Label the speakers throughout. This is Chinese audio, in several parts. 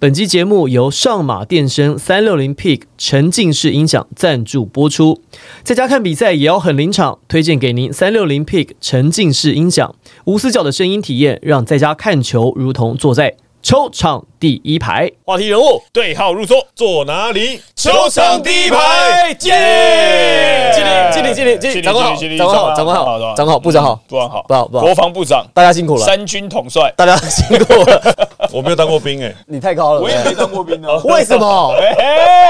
Speaker 1: 本期节目由上马电声三六零 Peak 沉浸式音响赞助播出。在家看比赛也要很临场，推荐给您三六零 Peak 沉浸式音响，无死角的声音体验，让在家看球如同坐在球场第一排。
Speaker 2: 话题人物对号入座，坐哪里？
Speaker 3: 球场第一排耶
Speaker 2: 敬礼
Speaker 3: 敬礼
Speaker 2: 敬礼敬礼
Speaker 3: 长官好
Speaker 2: 敬礼敬礼
Speaker 3: 长官好长官好长官好部长好
Speaker 2: 部长好，
Speaker 3: 部长好部长好
Speaker 2: 国防部长，
Speaker 3: 大家辛苦了，
Speaker 2: 三军统帅，
Speaker 3: 大家辛苦 了，
Speaker 4: 我没有当过兵哎、
Speaker 3: 你太高了，
Speaker 2: 我也没当过兵啊，
Speaker 3: 为什么？
Speaker 2: 哎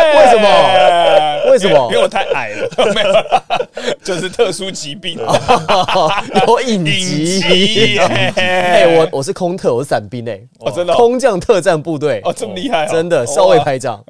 Speaker 3: 为什么为什么
Speaker 2: 因为因为我太矮了，没有啦， 就是特殊疾 病，
Speaker 3: 哦有影
Speaker 2: 影
Speaker 3: 集
Speaker 2: 集。哎
Speaker 3: 哎、我我是空特，我是伞兵哎、
Speaker 2: 哦真的哦
Speaker 3: 空降特战部队
Speaker 2: 哦这么厉害哦
Speaker 3: 真的
Speaker 2: 哇
Speaker 3: 少尉排长，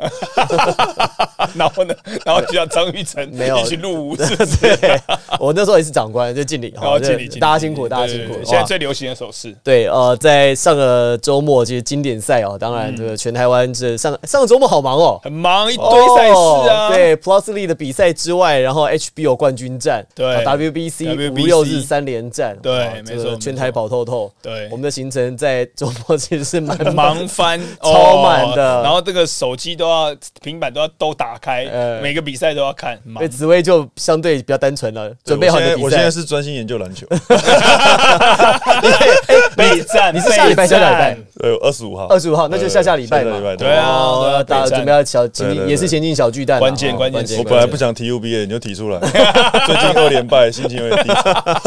Speaker 2: 然后呢，然后就叫张玉成
Speaker 3: 没有
Speaker 2: 一起入伍，是不 是？
Speaker 3: 对，我那时候也是长官，就敬礼，
Speaker 2: 然后
Speaker 3: 哦这
Speaker 2: 敬哦礼，敬礼
Speaker 3: 大家辛苦，
Speaker 2: 敬礼
Speaker 3: 大家
Speaker 2: 对
Speaker 3: 辛
Speaker 2: 对
Speaker 3: 苦
Speaker 2: 对，现在
Speaker 3: 哇
Speaker 2: 最流行的手势，
Speaker 3: 对，呃，在上个周末，其实经典赛哦，当
Speaker 2: 嗯
Speaker 3: 然这个全台湾这上上个周末好忙哦，
Speaker 2: 很忙，一堆赛事啊，
Speaker 3: 哦 对 Plus League 的比赛之外，然后 HBO 冠军战，啊
Speaker 2: 对
Speaker 3: 然后 WBC
Speaker 2: WBC
Speaker 3: 五六日三连战，
Speaker 2: 对
Speaker 3: 哇
Speaker 2: 没
Speaker 3: 这个
Speaker 2: 错
Speaker 3: 全
Speaker 2: 没
Speaker 3: 台
Speaker 2: 错
Speaker 3: 跑透透，
Speaker 2: 对
Speaker 3: 我们的行程在周末其实是蛮
Speaker 2: 忙翻，
Speaker 3: 超满的
Speaker 2: 哦然后这个手机都要、平板都要都打开，
Speaker 3: 呃
Speaker 2: 每个比赛都要看，忙
Speaker 3: 对，紫薇就相对比较单纯了，准备好你
Speaker 4: 我
Speaker 3: 的
Speaker 4: 现在
Speaker 3: 比
Speaker 4: 我现
Speaker 3: 赛
Speaker 4: 在。是专心研 究篮球。
Speaker 2: 备战，
Speaker 3: 你是下礼拜
Speaker 2: 备战
Speaker 3: 下礼拜
Speaker 4: 对，二十五号，
Speaker 3: 二十五号，那就下下礼拜
Speaker 4: 下
Speaker 3: 嘛。
Speaker 4: 下礼拜
Speaker 2: 对啊
Speaker 3: 哦
Speaker 2: 对啊
Speaker 3: 大家
Speaker 2: 对
Speaker 3: 准备要小前
Speaker 4: 对对
Speaker 3: 进，
Speaker 4: 对
Speaker 3: 也是前进小巨蛋啊。
Speaker 2: 关键
Speaker 3: 哦
Speaker 2: 关键
Speaker 4: 我
Speaker 2: 时
Speaker 4: 本来不想提 UBA，你就 提出来。最近二连败，心情有点低潮。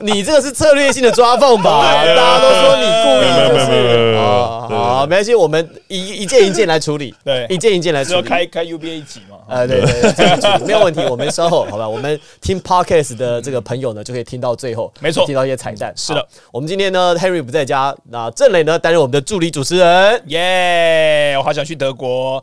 Speaker 3: 你这个是策略性的抓放 吧？
Speaker 2: 啊
Speaker 3: 大家都说你故意
Speaker 4: 没有没有没有
Speaker 3: 的
Speaker 4: 没
Speaker 3: 是。
Speaker 4: 有没有。
Speaker 3: 啊，
Speaker 4: 对
Speaker 3: 好，没关系，我们一一件一件来处理，
Speaker 2: 对
Speaker 3: 一件一件来
Speaker 2: 是
Speaker 3: 处
Speaker 2: 要
Speaker 3: 理。
Speaker 2: 开开 UBA 一集嘛？哦
Speaker 3: 呃，对 对对这个处理，没有问题。我们稍后好吧，我们听 podcast 的这个朋友呢，就可以听到最后，
Speaker 2: 嗯没错
Speaker 3: 听到一些彩蛋。
Speaker 2: 是的
Speaker 3: 好，我们今天呢，Henry 不在家，那郑磊呢担任我们的助理主持 人。
Speaker 2: 耶！我好想去德国，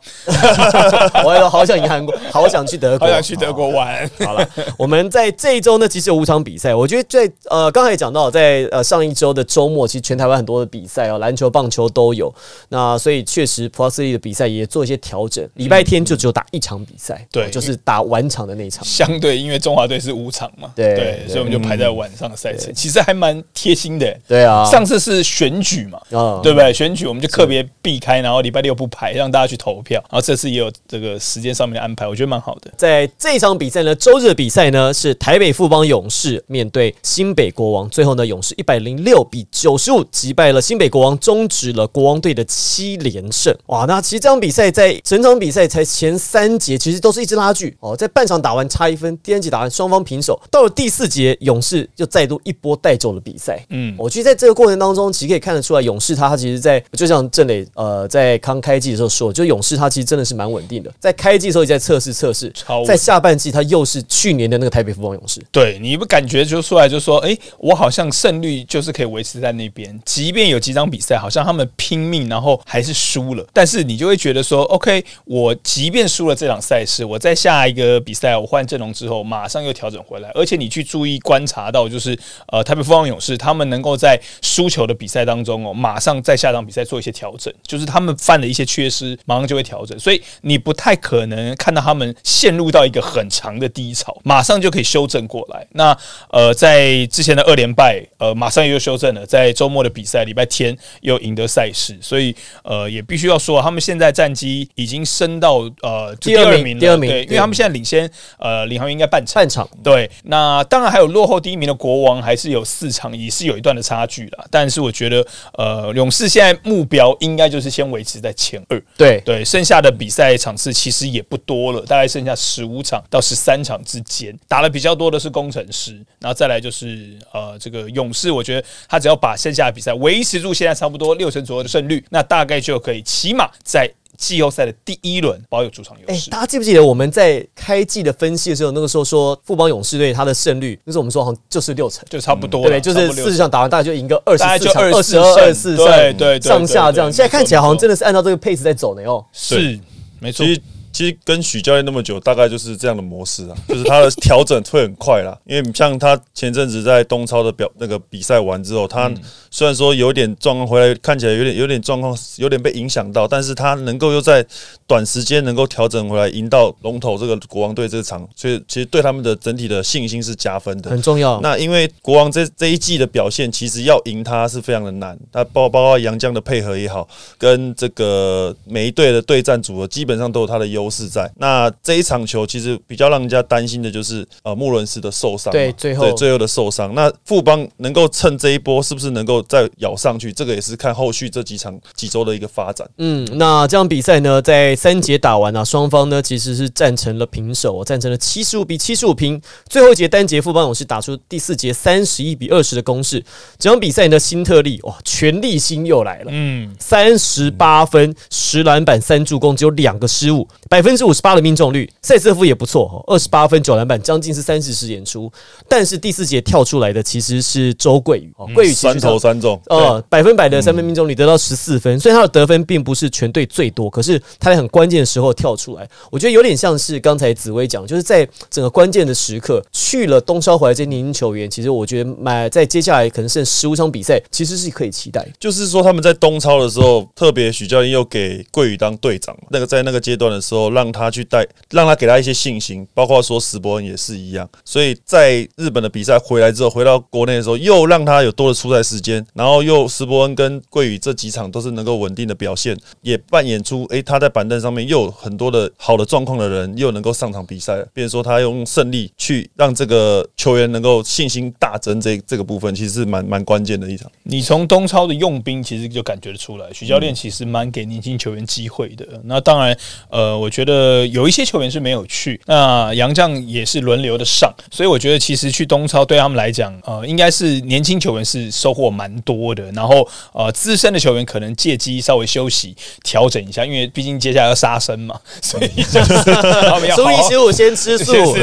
Speaker 3: 我也好想去韩国，好想去德国，
Speaker 2: 好想去德国玩。
Speaker 3: 好了， 我们在这一周呢，其实有五场比赛。我觉得最呃，刚才也讲到，在呃上一周的周末，其实全台湾很多的比赛哦，篮球、棒球都有。那所以确实 Plus League 的比赛也做一些调整，礼拜天就只有打一场比赛，
Speaker 2: 对
Speaker 3: 哦就是打完场的那一场。
Speaker 2: 相对因为中华队是五场嘛，
Speaker 3: 对
Speaker 2: 对，
Speaker 3: 对嗯
Speaker 2: 所以我们就排在晚上的赛程，其实还蛮贴心的。
Speaker 3: 对啊
Speaker 2: 上次是选举嘛，
Speaker 3: 啊
Speaker 2: 对不对？选举我们就特别避开，然后礼拜六不排，让大家去投票。然后这次也有这个时间上面的安排，我觉得蛮好的。
Speaker 3: 在这一场比赛呢，周日的比赛呢是台北富邦勇士面对新北国王，最后呢勇士一百零六比九十五击败了新北国王，终止了国王队的七连胜。哇，那其实这场比赛在整场比赛才前三节其实都是一直拉锯哦，在半场打完差一分，第二节打完双方平手，到了第四节勇士就再度一波带走了比赛。嗯，我觉得在这个过程当中，其实可以看得出来，勇士他其实在就像郑磊呃在刚开季的时候说，就勇士他其实真的是蛮稳定的，在开季的时候也在测试测试
Speaker 2: 超，稳
Speaker 3: 在下半季他又是去年的那个台北富邦勇士。
Speaker 2: 对，你不感觉就出来就说，哎、我好像胜率就是可以维持在那边，即便有几场比赛好像他们拼命，然后还是输了，但是你就会觉得说，OK，我即便输了这场赛事，我在下一个比赛我换阵容之后，马上又调整回来，而且你去注意观察到，就是呃，台北富邦勇士他们能够在输球的比赛当中哦，马上在下场比赛做一些调整，就是他们犯了一些缺失，马上就会调整，所以你不太可能看到他们陷入到一个很长的低潮，马上就可以修正过来。那呃，在之前的二连败，呃，马上又修正了，在周末的比赛，礼拜天又赢得赛事，所以呃，也必须要说，他们现在战绩已经升到呃就
Speaker 3: 第二名
Speaker 2: 了，
Speaker 3: 第二名
Speaker 2: 对，因为他们现在领先呃领航员应该半场，
Speaker 3: 半场
Speaker 2: 对，那当然还有落后第一名的国王，还是有四场，也是有一段的差距啦。但是我觉得，呃，勇士现在目标应该就是先维持在前二。
Speaker 3: 对
Speaker 2: 对，剩下的比赛场次其实也不多了，大概剩下十五场到十三场之间。打的比较多的是工程师，然后再来就是呃这个勇士，我觉得他只要把剩下的比赛维持住现在差不多六成左右的胜率，那大概就可以起码在季后赛的第一轮保有主场优
Speaker 3: 哎、
Speaker 2: 势。
Speaker 3: 大家记不记得我们在开季的分析的时候，那个时候说富邦勇士队他的胜率，那时候我们说好像就是六成，
Speaker 2: 就差不多
Speaker 3: 对
Speaker 2: 了，
Speaker 3: 不对？就
Speaker 2: 差
Speaker 3: 是
Speaker 2: 不多
Speaker 3: 四十场打完，大概就赢个二十
Speaker 2: 大概
Speaker 3: 四
Speaker 2: 就
Speaker 3: 场、二
Speaker 2: 24
Speaker 3: 十二、二十四
Speaker 2: 胜
Speaker 3: 胜，
Speaker 2: 对对对
Speaker 3: 上下这样。
Speaker 2: 对对
Speaker 3: 现在看起来好像
Speaker 2: 没错
Speaker 3: 真的是按照这个配置在走呢哦。
Speaker 2: 是没错
Speaker 4: 其。实其实跟许教练那么久，大概就是这样的模式啊，就是他的调整会很快啦。因为像他前阵子在东超的表那个比赛完之后，他
Speaker 3: 嗯
Speaker 4: 虽然说有点状况回来，看起来有点有点状况，有点被影响到，但是他能够又在短时间能够调整回来，赢到龙头这个国王队这场，所以其实对他们的整体的信心是加分的。
Speaker 3: 很重要。
Speaker 4: 那因为国王这这一季的表现，其实要赢他是非常的难。那包包括杨绛的配合也好，跟这个每一队的对战组合，基本上都有他的优势在。那这一场球其实比较让人家担心的就是呃穆伦斯的受伤嘛，
Speaker 3: 对最后
Speaker 4: 最后的受伤。那富邦能够趁这一波是不是能够再咬上去？这个也是看后续这几场几周的一个发展。
Speaker 3: 嗯，那这场比赛呢，在三节打完啊，双方呢其实是战成了平手、哦，战成了七十五比七十五平。最后一节单节富邦勇士打出第四节三十一比二十的攻势，这场比赛呢，新特利哇，全力新又来了。
Speaker 2: 嗯，
Speaker 3: 三十八分，十篮板，三助攻，只有两个失误，百分之五十八的命中率。塞瑟夫也不错，哦二十八分，九篮板，将近是三十十演出。但是第四节跳出来的其实是周桂宇，哦桂宇其
Speaker 4: 三
Speaker 3: 实
Speaker 4: 投三中，
Speaker 3: 呃百分百的三分命中率得到十四分，所以他的得分并不是全队最多，可是他在很关键的时候跳出来，我觉得有点像是刚才紫薇讲，就是在整个关键的时刻去了东超回来这些年轻球员，其实我觉得买在接下来可能剩十五场比赛，其实是可以期待。
Speaker 4: 就是说他们在东超的时候，特别许教练又给桂宇当队长嘛，那个在那个阶段的时候，让他去带，让他给他一些信心，包括说史伯恩也是一样。所以在日本的比赛回来之后，回到国内的时候，又让他有多的出赛时间，然后又史伯恩跟桂宇这几场都是能够稳定的表现，也扮演出诶、他在板凳上面又有很多的好的状况的人，又能够上场比赛了，变成说他用胜利去让这个球员能够信心大增这这个部分，其实是蛮蛮关键的一场。
Speaker 2: 你从东超的用兵其实就感觉得出来，许教练其实蛮给年轻球员机会的。那当然，呃，我觉得有一些球员是没有去，那杨绛也是轮流的上，所以我觉得其实去东超对他们来讲，呃，应该是年轻球员是收获蛮多的。然后，呃，资深的球员可能借机稍微休息调整一下，因为毕竟接下来要杀生嘛，所以就是他们要好
Speaker 3: 初一
Speaker 2: 好
Speaker 3: 十五先吃
Speaker 2: 是
Speaker 3: 素，嗯
Speaker 2: 是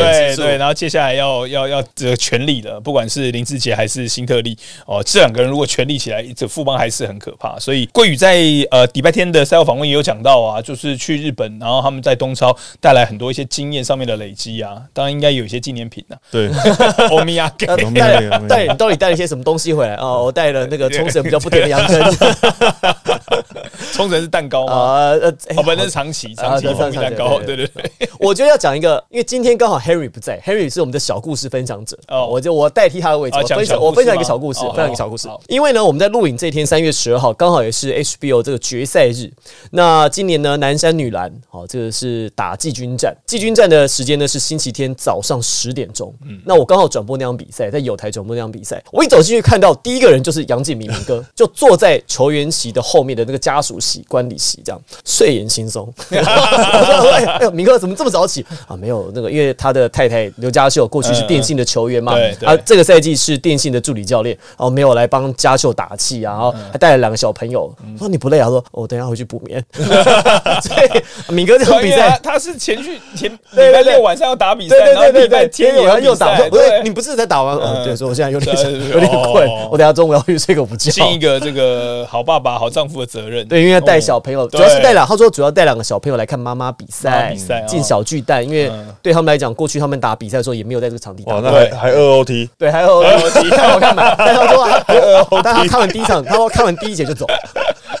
Speaker 4: 对
Speaker 2: 对
Speaker 3: 吃素
Speaker 2: 对，然后接下来要要要这个全力的，不管是林志杰还是辛特利哦，这两个人如果全力起来，这富邦还是很可怕。所以桂宇在呃礼拜天的赛后访问也有讲到啊，就是去日本，然后他们在东超带来很多一些经验上面的累积啊，当然应该有一些纪念品呐、
Speaker 4: 对。
Speaker 2: 啊，欧米亚给
Speaker 3: 那。
Speaker 4: 没有
Speaker 3: 带
Speaker 4: 没有没有
Speaker 3: 带你到底带了些什么东西回来哦？我带了那个冲绳比较不甜的洋根
Speaker 2: 冲绳是蛋糕吗？
Speaker 3: 啊呃，哎
Speaker 2: 哦，不，那是长崎，长崎
Speaker 3: 对
Speaker 2: 蜂蜜蛋糕，
Speaker 3: 长崎
Speaker 2: 对对对，
Speaker 3: 我觉得要讲一个，因为今天刚好 Harry 不在，Harry 是我们的小故事分享者
Speaker 2: 哦
Speaker 3: 哦，我就我代替他的位置，
Speaker 2: 啊
Speaker 3: 我
Speaker 2: 讲
Speaker 3: 分
Speaker 2: 小
Speaker 3: 享
Speaker 2: 故事
Speaker 3: 我分享一个
Speaker 2: 吗
Speaker 3: 小故事，
Speaker 2: 哦
Speaker 3: 分享一个小故事
Speaker 2: 好好。
Speaker 3: 因为呢，我们在录影这天三月十二号，刚好也是 HBO 这个决赛日。那今年呢，南山女篮，好、这个是打季军战，季军战的时间呢是星期天早上十点钟。
Speaker 2: 嗯
Speaker 3: 那我刚好转播那场比赛，在有台转播那场比赛，我一走进去看到第一个人就是杨敬明明哥，就坐在球员席的后面的那个家属席、观礼席这样，睡眼惺 忪。我想说哎呀哎呦，明哥怎么这么早起啊？没有那个，因为他的太太刘家秀过去是电信的球员嘛，
Speaker 2: 嗯嗯对
Speaker 3: 啊
Speaker 2: 对，
Speaker 3: 这个赛季是电信的助理教练，哦，没有来帮家秀打气啊，然后
Speaker 2: 嗯
Speaker 3: 还带了两个小朋友。我说你不累啊？他说我等一下回去补 眠。所以敏 哥这场比
Speaker 2: 因为他
Speaker 3: 赛。
Speaker 2: 啊他是前去前
Speaker 3: 对对
Speaker 2: 礼拜六
Speaker 3: 对
Speaker 2: 晚上要啊打比赛，
Speaker 3: 对对
Speaker 2: 然
Speaker 3: 对
Speaker 2: 后
Speaker 3: 对
Speaker 2: 礼拜
Speaker 3: 对，
Speaker 2: 天也
Speaker 3: 我
Speaker 2: 要
Speaker 3: 要又打，
Speaker 2: 比
Speaker 3: 我说
Speaker 2: 赛
Speaker 3: 不是
Speaker 2: 对嗯
Speaker 3: 你不是才打完？哦，对，所以我现在有点想
Speaker 2: 对 对对
Speaker 3: 有点困
Speaker 2: 哦，
Speaker 3: 我等一下中午要去睡个午觉。
Speaker 2: 尽一嗯个这个好爸爸、好丈夫的责任。哦
Speaker 3: 对，因为要带小朋友，主要是带两，他说主要带两个小朋友来看妈妈比
Speaker 2: 妈妈
Speaker 3: 赛
Speaker 2: 比赛哦，
Speaker 3: 进小巨蛋，因为
Speaker 2: 嗯
Speaker 3: 对他们来讲，过去他们打比赛的时候也没有在这个场地打
Speaker 4: 哇，
Speaker 3: 过。
Speaker 4: 那
Speaker 2: 对
Speaker 4: 还还二 OT，
Speaker 3: 对，还 有我踢，看我干嘛？但他说他，但他看完第一场，他说看完第一节就走，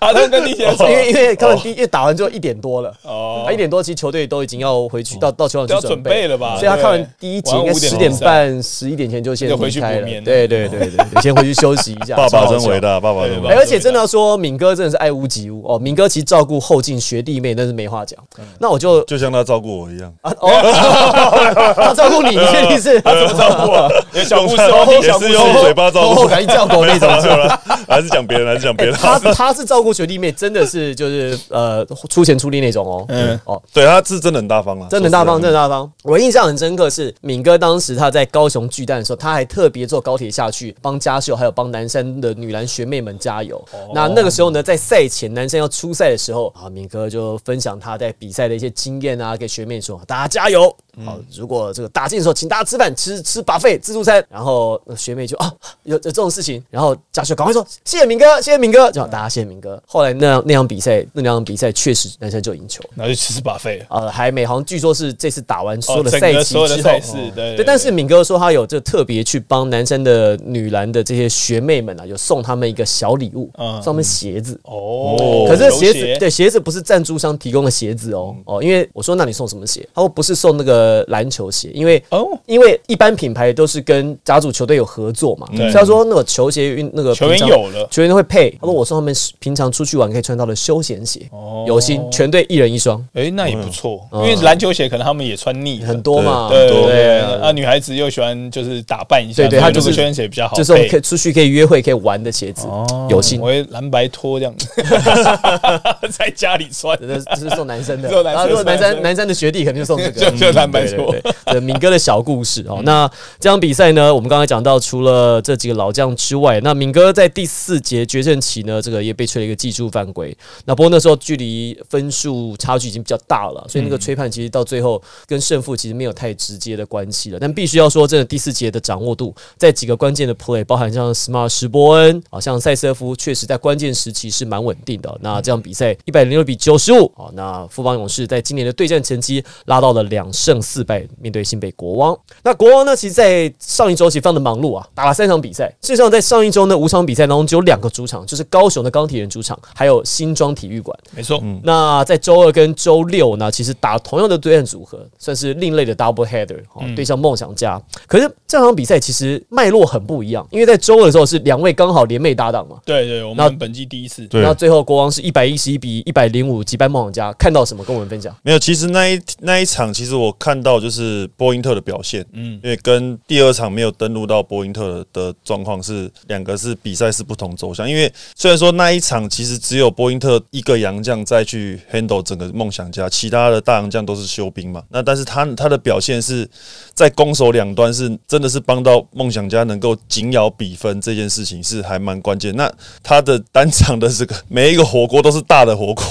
Speaker 2: 好，啊那跟你姐
Speaker 3: 啊 因为因为看完第一，因为打完之后一点多了。
Speaker 2: 哦
Speaker 3: 啊，一点多，其实球队都已经要回去到到球
Speaker 2: 都
Speaker 3: 场
Speaker 2: 要
Speaker 3: 去
Speaker 2: 准
Speaker 3: 准
Speaker 2: 备
Speaker 3: 备
Speaker 2: 了吧
Speaker 3: 所以他
Speaker 2: 对
Speaker 3: 看完第一节应该
Speaker 2: 晚上5
Speaker 3: 十
Speaker 2: 点
Speaker 3: 点
Speaker 2: 比赛
Speaker 3: 半、十一点前就先
Speaker 2: 就回去
Speaker 3: 离开
Speaker 2: 补
Speaker 3: 了
Speaker 2: 眠了嗯
Speaker 3: 对对对对，对先回去休息 一下。
Speaker 4: 爸爸
Speaker 3: 超好
Speaker 4: 真
Speaker 3: 笑
Speaker 4: 伟大，爸爸真
Speaker 2: 对
Speaker 4: 伟
Speaker 2: 吧
Speaker 4: 大。
Speaker 3: 哎，而且真的要说，敏哥真的是爱屋及乌哦。敏哥其实照顾后进学弟妹，那是没话讲。
Speaker 2: 嗯
Speaker 3: 那我就
Speaker 4: 就像他照顾我一样，
Speaker 3: 啊哦， 他照顾你，你确定是
Speaker 2: 他怎 么照顾 我？有小故事 吗？听
Speaker 4: 也
Speaker 2: 小故
Speaker 4: 是
Speaker 2: 事
Speaker 4: 用
Speaker 2: 吗。
Speaker 4: 嘴巴照
Speaker 3: 头
Speaker 4: 顾
Speaker 3: 后。感应叫 狗那种
Speaker 4: 没？有啦，还是讲别人，还是讲别
Speaker 3: 欸
Speaker 4: 人。
Speaker 3: 他他是照顾学弟妹，真的是就是呃出钱出力那种哦。
Speaker 2: 嗯
Speaker 3: 嗯哦，
Speaker 4: 对，他是真的很大方了，
Speaker 3: 真的大方，
Speaker 4: 说
Speaker 3: 真
Speaker 4: 实
Speaker 3: 的大方。我印象很深刻是敏哥当时他在高雄巨蛋的时候，他还特别坐高铁下去帮嘉秀还有帮南山的女篮学妹们加油。
Speaker 4: 哦
Speaker 3: 那那个时候呢，在赛前南山要出赛的时候啊，敏哥就分享他在比赛的一些经验啊，给学妹说大家加油。
Speaker 4: 嗯
Speaker 3: 好，如果这个打进的时候，请大家吃饭，吃吃 buffet 自助餐。然哦后呃学妹就啊，有有这种事情，然后嘉秀赶快说谢谢敏哥，谢谢敏哥，就好大家谢谢敏哥。后来那那场比赛，那两场比赛确实南山就赢球了。
Speaker 2: 然后就吃把费了。
Speaker 3: 呃，还没，好像据说是这次打完所有的
Speaker 2: 哦整
Speaker 3: 赛季
Speaker 2: 个
Speaker 3: 之
Speaker 2: 所
Speaker 3: 后，哦
Speaker 2: 有的赛事，对对
Speaker 3: 对，但是敏哥说他有这特别去帮南山的女篮的这些学妹们啊，有送他们一个小礼物，
Speaker 2: 嗯
Speaker 3: 上面鞋子。
Speaker 2: 哦，嗯
Speaker 3: 可是
Speaker 2: 球
Speaker 3: 鞋子对鞋子不是赞助商提供的鞋子哦哦，因为我说那你送什么鞋？他说不是送那个篮球鞋，因为
Speaker 2: 哦
Speaker 3: 因为一般品牌都是跟甲组球队有合作嘛，所
Speaker 2: 对
Speaker 3: 以他说那个球鞋运那个
Speaker 2: 嗯球员
Speaker 3: 平常
Speaker 2: 有了
Speaker 3: 球员会配。他说我送他们平常出去玩可以穿到的休闲鞋，
Speaker 2: 哦
Speaker 3: 有心全队一人一双，
Speaker 2: 哎，那也不错，因为篮球鞋可能他们也穿腻了
Speaker 3: 嗯很多嘛，
Speaker 2: 对
Speaker 4: 很
Speaker 2: 对
Speaker 4: 多
Speaker 2: 对，啊，女孩子又喜欢就是打扮一下，
Speaker 3: 对对
Speaker 2: 所以
Speaker 3: 她就是
Speaker 2: 这个休闲鞋比较好配，
Speaker 3: 就
Speaker 2: 哎
Speaker 3: 是我们可以出去可以约会可以玩的鞋子，
Speaker 4: 哦
Speaker 3: 有心
Speaker 2: 我。会蓝白 拖这样，在家里穿。
Speaker 3: 那是送男 生的，
Speaker 2: 只有男生
Speaker 3: 然后如果南
Speaker 2: 送男
Speaker 3: 山
Speaker 2: 生
Speaker 3: 南山的学弟肯定就送这
Speaker 2: 就
Speaker 3: 个，嗯
Speaker 2: 就蓝白拖
Speaker 3: 对对对对敏哥的小故事
Speaker 2: 嗯
Speaker 3: 哦。那这场比赛呢，我们刚才讲到，除了这几个老将之外，那敏哥在第四节决胜期呢，这个也被吹了一个技术犯规。那不过那时候距离分数差距已经比较大
Speaker 2: 嗯
Speaker 3: 了，所以那个吹判其实到最后跟胜负其实没有太直接的关系了。但必须要说，真的第四节的掌握度，在几个关键的 play，包含像 Smart 史伯恩，好像塞瑟夫，确实在关键时期是蛮稳定的。那这场比赛一百零六比九十五，好，那富邦勇士在今年的对战成绩拉到了两胜四败，面对新北国王。那国王呢，其实在上一周其实非常的忙碌啊，打了三场比赛。事实上，在上一周呢，五场比赛当中只有两个主场，就是高雄的钢铁人主场，还有新庄体育馆。
Speaker 2: 没错，
Speaker 3: 那在周二跟周六呢，其实打同样的对战组合，算是另类的 double header 哦，
Speaker 2: 嗯
Speaker 3: 对上梦想家。可是这场比赛其实脉络很不一样，因为在周二的时候是两位刚好联袂搭档嘛。
Speaker 2: 对对，我
Speaker 3: 那
Speaker 2: 们本季第一次，
Speaker 4: 对
Speaker 3: 那最后国王是一百一十一比一百零五击败梦想家，看到什么跟我们分享？
Speaker 4: 没有，其实那一那一场，其实我看到就是波因特的表现，嗯，因为跟第二场没有登录到波因特的的状况是两个是比赛是不同走向。因为虽然说那一场其实只有波因特一个洋将再去 handle 整个梦想家，其他的大洋将都是休兵嘛。那但是他他的表现是在攻守两端是真的是帮到梦想家能够紧咬比分这件事情是还蛮关键。那他的单场的这个每一个火锅都是大的火锅，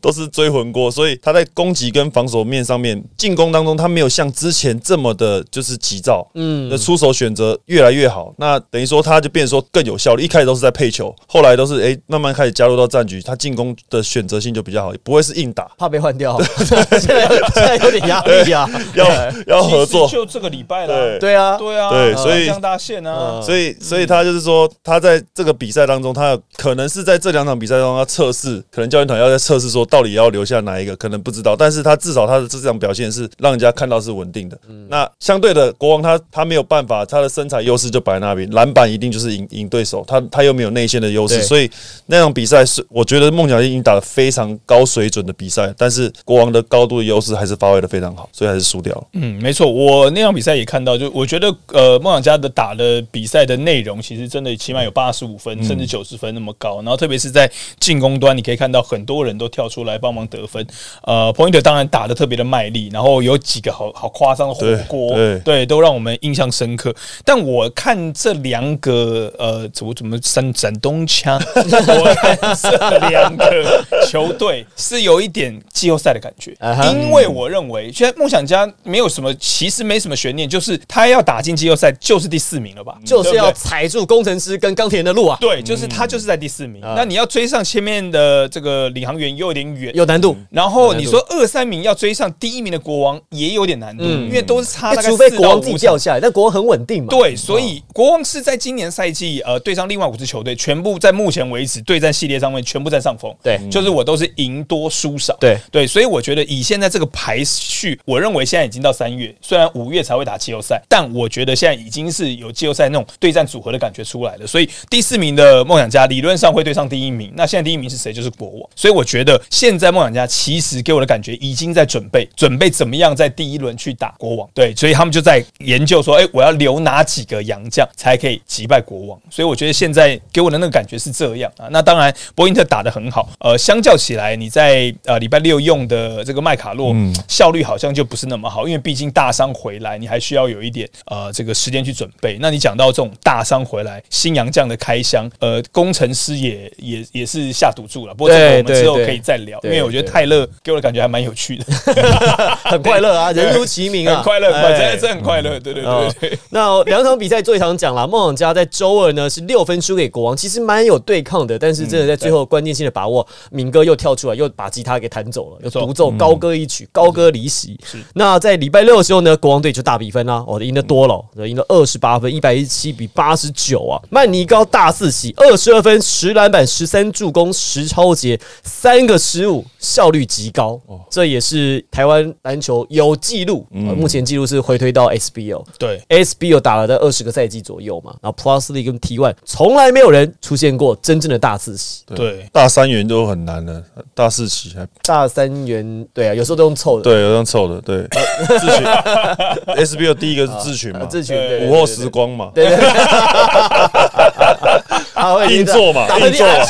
Speaker 4: 都是追魂锅，所以他在攻击跟防守面上面，进攻当中他没有像之前这么的，就是急躁，嗯，那出手选择越来越好，那等于说他就变成说更有效率。一开始都是在配球，后来都是诶慢慢开始加入到战局，他进攻的选择性就比较好，也不会是硬打，
Speaker 3: 怕被换 掉，现在有现在有点压力啊。
Speaker 4: 要要合作
Speaker 2: 其，实就这个礼拜
Speaker 4: 对
Speaker 2: 了，
Speaker 3: 对嗯啊，
Speaker 2: 对啊，
Speaker 4: 对所以
Speaker 2: 江大线啊，
Speaker 4: 所以，所以他就是说，他在这个比赛当中，他有可能是在这两场比赛当中，他测试，可能教练团要在测试说，到底要留下哪一个，可能不知道。但是他至少他的这场表现是让人家看到是稳定的。那相对的，国王他他没有办法，他的身材优势就摆在那边，篮板一定就是赢赢对手，他他又没有内线的优势，
Speaker 3: 对
Speaker 4: 所以那场比赛是我觉得梦想家已经打得非常高水准的比赛，但是国王的高度的优势还是发挥的非常好，所以还是输掉了。
Speaker 2: 嗯，没错，我那场比赛也看到，就我觉得呃，梦想家的打的比赛的内容，其实真的起码有八十五分、甚至九十分那么高。然后特别是在进攻端，你可以看到很多人都跳出来帮忙得分。呃，Pointer 当然打的特别的卖力，然后有几个好好夸张的火锅，
Speaker 4: 对对
Speaker 2: 对，都让我们印象深刻。但我看这两个呃，怎么怎么山山东腔， 我看这两个球队是有一点季后赛的感觉
Speaker 3: 啊哈
Speaker 2: 因为我认为现在梦想家没有什么，其实没什么悬念，就是他要打进季后赛就是第四名了吧，
Speaker 3: 就是
Speaker 2: 对
Speaker 3: 要
Speaker 2: 不对
Speaker 3: 踩住工程师跟钢铁人的路啊，
Speaker 2: 对，就是他就是在第四名。
Speaker 3: 嗯
Speaker 2: 那你要追上前面的这个领航员又有点远，
Speaker 3: 有难度。
Speaker 2: 然后你说二三名要追上第一名的国王也有点难度，因为都是差大概
Speaker 3: 嗯哎除非
Speaker 2: 4
Speaker 3: 国王
Speaker 2: 到
Speaker 3: 自己
Speaker 2: 5
Speaker 3: 掉下来，但国王很稳定嘛。嗯
Speaker 2: 对，所以国王是在今年赛季呃对上另外五支球队，全部在目前为止对战系列上面全部占上风。
Speaker 3: 对
Speaker 2: 就是我都是赢多输少。
Speaker 3: 对
Speaker 2: 对，所以我觉得以现在这个排序，我认为现在已经到三月，虽然五月才会打季后赛，但我觉得现在已经是有季后赛那种对战组合的感觉出来了。所以第四名的梦想家理论上会对上第一名，那现在第一名是谁？就是国王。所以我觉得现在梦想家其实给我的感觉已经在准备，准备怎么样在第一轮去打国王。对，所以他们就在研究说，哎、我要留哪几个洋将才可以击败国王？所以我觉得现在给我的那个感觉是这样啊。那当然，波因特打得很好，呃，相较起来，你在呃礼拜六用的这个麦卡洛、
Speaker 3: 嗯
Speaker 2: 效率好像就不是那么好，因为毕竟大伤回来，你还需要有一点呃这个时间去准备。那你讲到这种大伤回来，新洋将的开箱，呃，工程师也也也是下赌注了。不过这个我
Speaker 3: 对
Speaker 2: 们之后
Speaker 3: 对
Speaker 2: 可以再聊，
Speaker 3: 对
Speaker 2: 因为我觉得
Speaker 3: 对
Speaker 2: 泰勒给我的感觉还蛮有趣 的，
Speaker 3: 很快乐 啊，人如其名啊，
Speaker 2: 很快乐，很快乐，
Speaker 3: 哎
Speaker 2: 真的真的很快乐，对对对
Speaker 3: 哦
Speaker 2: 对。
Speaker 3: 那两场比赛最常讲啦，梦想家在周二呢是六分输给国王，其实蛮有对抗的，但是这真的在最后关键性的把握，敏哥又跳出来，又把吉他给弹走了，又
Speaker 2: 错
Speaker 3: 独奏高歌一曲，高歌离席。那在礼拜六的时候呢，国王队就大比分啦，哦，赢得多了哦，赢了二十八分，一百一十七比八十九啊。曼尼高大四喜，二十二分，十篮板，十三助攻，十超节，三个失误，效率极高。这也是台湾篮球有记录，呃目前记录是回推到 SBO。
Speaker 2: 对，
Speaker 3: SBO 打了在二十个赛季左右嘛，然后 Plus League 跟 T One 从来没有人出现过真正的大四喜，
Speaker 2: 对
Speaker 4: 大三元都很难了，大四期还
Speaker 3: 大三元对啊，有时候都用凑的，
Speaker 4: 对，有张臭的，对，呃自群 SBO 第一个是自群嘛，
Speaker 3: 啊自群对对
Speaker 4: 午后时光嘛，
Speaker 3: 对对 对，他会
Speaker 4: 硬座嘛
Speaker 3: 打
Speaker 4: 硬座嘛
Speaker 3: 打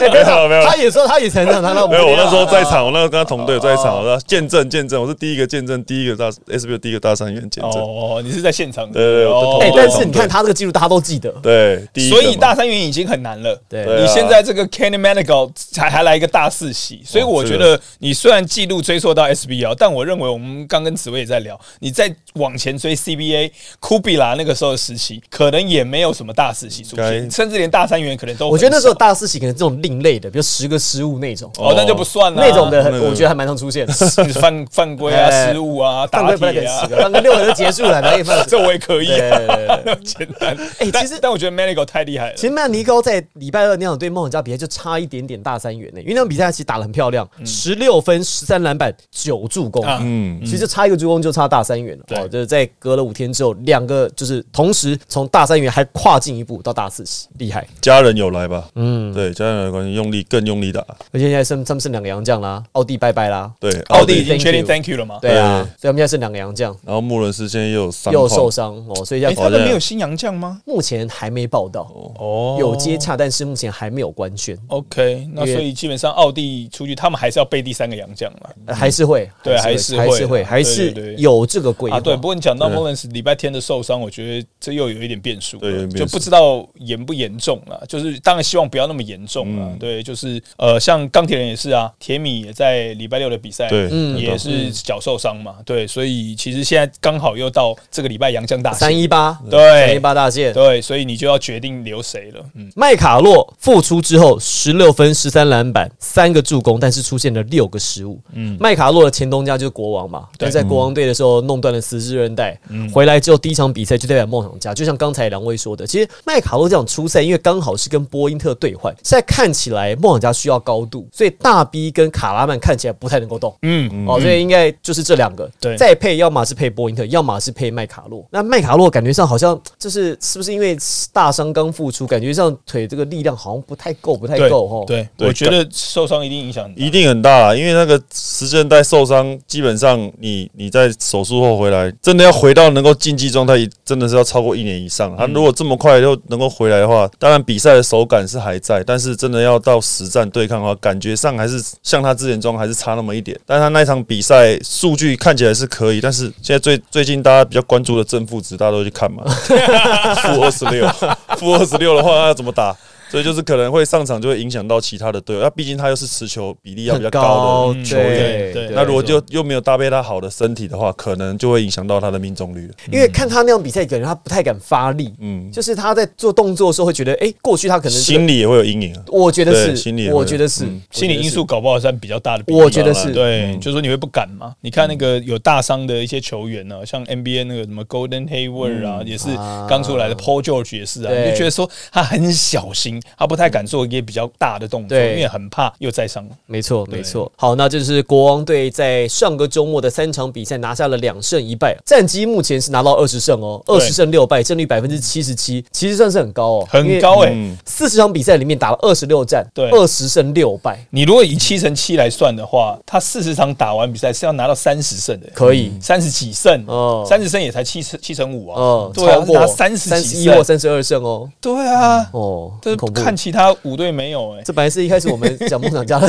Speaker 3: 哎不要吵
Speaker 4: 没有没有
Speaker 3: 他也说他也承认他那
Speaker 4: 没有，我那时候在场，我那时候跟他同队在场，我说见证见证，我是第一个见证，第一个大 SBO 第一个大三元见证，
Speaker 2: 哦，你是在现场的，
Speaker 4: 对对对我
Speaker 2: 哦
Speaker 4: 在
Speaker 3: 哎
Speaker 4: 同，队
Speaker 3: 但是你看他这个记录大家都记得，
Speaker 4: 对，第一个
Speaker 2: 所
Speaker 4: 嘛
Speaker 2: 以大三元已经很难了，
Speaker 3: 对
Speaker 4: 对啊
Speaker 2: 你现在这个 Kenny Manigal 还还来一个大四喜，
Speaker 3: 哦
Speaker 2: 所以我觉得你虽然记录追溯到 SBL，但我认为我们刚跟紫薇也在聊，你再往前追 CBA、库比拉那个时候的时期，可能也没有什么大四喜出
Speaker 4: 应
Speaker 2: 现，
Speaker 4: 该
Speaker 2: 甚至连大三元可能都很
Speaker 3: 我觉得那时候
Speaker 2: 少
Speaker 3: 大四喜可能这种另类的，比如十个失误那种，
Speaker 2: 哦，那就不算了，
Speaker 3: 那种的
Speaker 4: 那个
Speaker 3: 我觉得还蛮常出 现的，
Speaker 2: 犯犯规啊、
Speaker 3: 哎
Speaker 2: 失误啊、
Speaker 3: 犯
Speaker 2: 打
Speaker 3: 规不太可
Speaker 2: 铁
Speaker 3: 能十
Speaker 2: 啊，
Speaker 3: 个，犯规六个就结束了，哪里犯？
Speaker 2: 这我也可以啊，
Speaker 3: 对对对
Speaker 2: 那么简单。
Speaker 3: 哎
Speaker 2: 但
Speaker 3: 其实
Speaker 2: 但我觉得 Manigal 太厉害了
Speaker 3: 其，实曼尼高在礼拜二那场对梦想家比赛就差一点点大三元呢、因为那场比赛其实打得很漂亮，十六分、十三篮板、九助攻，
Speaker 2: 嗯啊
Speaker 3: 嗯，其实就差一个助攻就差大三元了。
Speaker 2: 对
Speaker 3: 哦，就是在隔了五天之后，两个就是同时从大三元还跨进一步到大四喜，厉害！
Speaker 4: 家人有来吧，嗯，对，家人有来关系，用力更用力打，
Speaker 3: 而且现在剩他们剩两个洋将啦，奥地拜拜啦，
Speaker 4: 对，
Speaker 2: 奥地已经
Speaker 3: Thank
Speaker 2: 确定
Speaker 3: you
Speaker 2: Thank you 了吗？
Speaker 3: 对啊，所以他们现在剩两个洋将，
Speaker 4: 然后穆伦斯现在又有伤
Speaker 3: 又
Speaker 4: 患
Speaker 3: 受伤哦，所以现
Speaker 2: 哎，
Speaker 3: 在
Speaker 2: 他们没有新洋将吗？
Speaker 3: 目前还没报道，
Speaker 2: 哦
Speaker 3: 有接洽，但是目前还没有官宣，
Speaker 2: OK，那
Speaker 3: 因为
Speaker 2: 所以基本上奥地出去，他们还是要备第三个洋将嘛。
Speaker 3: 呃还是会，
Speaker 2: 嗯对还
Speaker 3: 还
Speaker 2: 是
Speaker 3: 是
Speaker 2: 会
Speaker 3: 会，还
Speaker 2: 对对
Speaker 3: 是
Speaker 2: 对
Speaker 3: 有这个规划。
Speaker 2: 啊，对。不过你讲到
Speaker 4: 对
Speaker 2: Mullins 礼拜天的受伤，我觉得这又有一点变数了，
Speaker 4: 对有点变
Speaker 2: 就
Speaker 4: 数
Speaker 2: 不知道严不严重了。就是当然希望不要那么严重了。
Speaker 4: 嗯
Speaker 2: 对，就是呃，像钢铁人也是啊，铁米也在礼拜六的比赛，
Speaker 4: 对嗯
Speaker 2: 也是脚受伤嘛。对，所以其实现在刚好又到这个礼拜洋将大
Speaker 3: 三
Speaker 2: 限，
Speaker 3: 一八，
Speaker 2: 啊对
Speaker 3: 三一八大线。
Speaker 2: 对，所以你就要决定留谁了。嗯，
Speaker 3: 麦卡洛复出之后，十六分、十三篮板、三个助攻，但是出现了六个失误。嗯，麦卡洛的前东家就是国王嘛，就在国王队的时候弄断了十字韧带，回来之后第一场比赛就代表梦想家。就像刚才两位说的，其实麦卡洛这场初赛，因为刚好是跟波因特对换，现在看起来梦想家需要高度，所以大 B 跟卡拉曼看起来不太能够动。
Speaker 2: 嗯，
Speaker 3: 哦，所以应该就是这两个，
Speaker 2: 对
Speaker 3: 再配要么是配波因特，要么是配麦卡洛。那麦卡洛感觉上好像就是是不是因为大伤刚复出，感觉上腿这个力量好像不太够，不太
Speaker 2: 对
Speaker 3: 够哈。吼，
Speaker 2: 对，
Speaker 4: 对
Speaker 2: 我觉得受伤一定影响很大，
Speaker 4: 一定很大啦，因为那个十字韧带受伤，基本上你你在手术后回来，真的要回到能够竞技状态，真的是要超过一年以
Speaker 2: 嗯
Speaker 4: 上。他如果这么快就能够回来的话，当然比赛的手感是还在，但是真的要到实战对抗的话，感觉上还是像他之前状况还是差那么一点。但他那一场比赛数据看起来是可以，但是现在最最近大家比较关注的正负值，大家都去看嘛，负二十六，负二十六的话，他要怎么打？所以就是可能会上场就会影响到其他的队友，那毕竟他又是持球比例要比较高的
Speaker 3: 很
Speaker 4: 嗯
Speaker 3: 高
Speaker 4: 球员，
Speaker 3: 对
Speaker 2: 对
Speaker 3: 对
Speaker 4: 那如果就又没有搭配他好的身体的话，可能就会影响到他的命中率了。
Speaker 3: 因为看他那样比赛，感觉他不太敢发力，嗯，就是他在做动作的时候会觉得，哎，过去他可能这个
Speaker 4: 心，理也会有阴影啊。
Speaker 3: 我觉得
Speaker 4: 对
Speaker 3: 是，
Speaker 4: 心理也会
Speaker 3: 我觉得是
Speaker 2: 心理因素，搞不好占比较大的比例。
Speaker 3: 我觉得是，嗯
Speaker 2: 对，就是说你会不敢嘛？你看那个有大伤的一些球员呢、像 NBA 那个什么 Golden Hayward 啊，也是刚出来的 Paul George 也是啊，
Speaker 3: 嗯对
Speaker 2: 你就觉得说他很小心，他不太敢做一些比较大的动作，
Speaker 3: 对
Speaker 2: 因为很怕又再伤。
Speaker 3: 没错，没错。好，那这是国王队在上个周末的三场比赛拿下了两胜一败，啊战绩目前是拿到二十胜哦，二十胜六败，胜率百分之七十七，其实算是很高哦，
Speaker 2: 很高哎、
Speaker 3: 四十场比赛里面打了二十六战，
Speaker 2: 对
Speaker 3: 二十胜六败，
Speaker 2: 你如果以七乘七来算的话，他四十场打完比赛是要拿到三十胜的、欸嗯
Speaker 3: 可以。
Speaker 2: 三十几胜
Speaker 3: 哦，
Speaker 2: 三十胜也才七成七成五啊，
Speaker 3: 嗯，
Speaker 2: 对啊
Speaker 3: 超，过
Speaker 2: 拿三十
Speaker 3: 三十
Speaker 2: 几
Speaker 3: 一或
Speaker 2: 胜，
Speaker 3: 三十二胜哦，
Speaker 2: 对啊，
Speaker 3: 哦，
Speaker 2: 这
Speaker 3: 很恐怖。
Speaker 2: 看其他五队没有哎、
Speaker 3: 这本来是一开始我们讲梦想家 的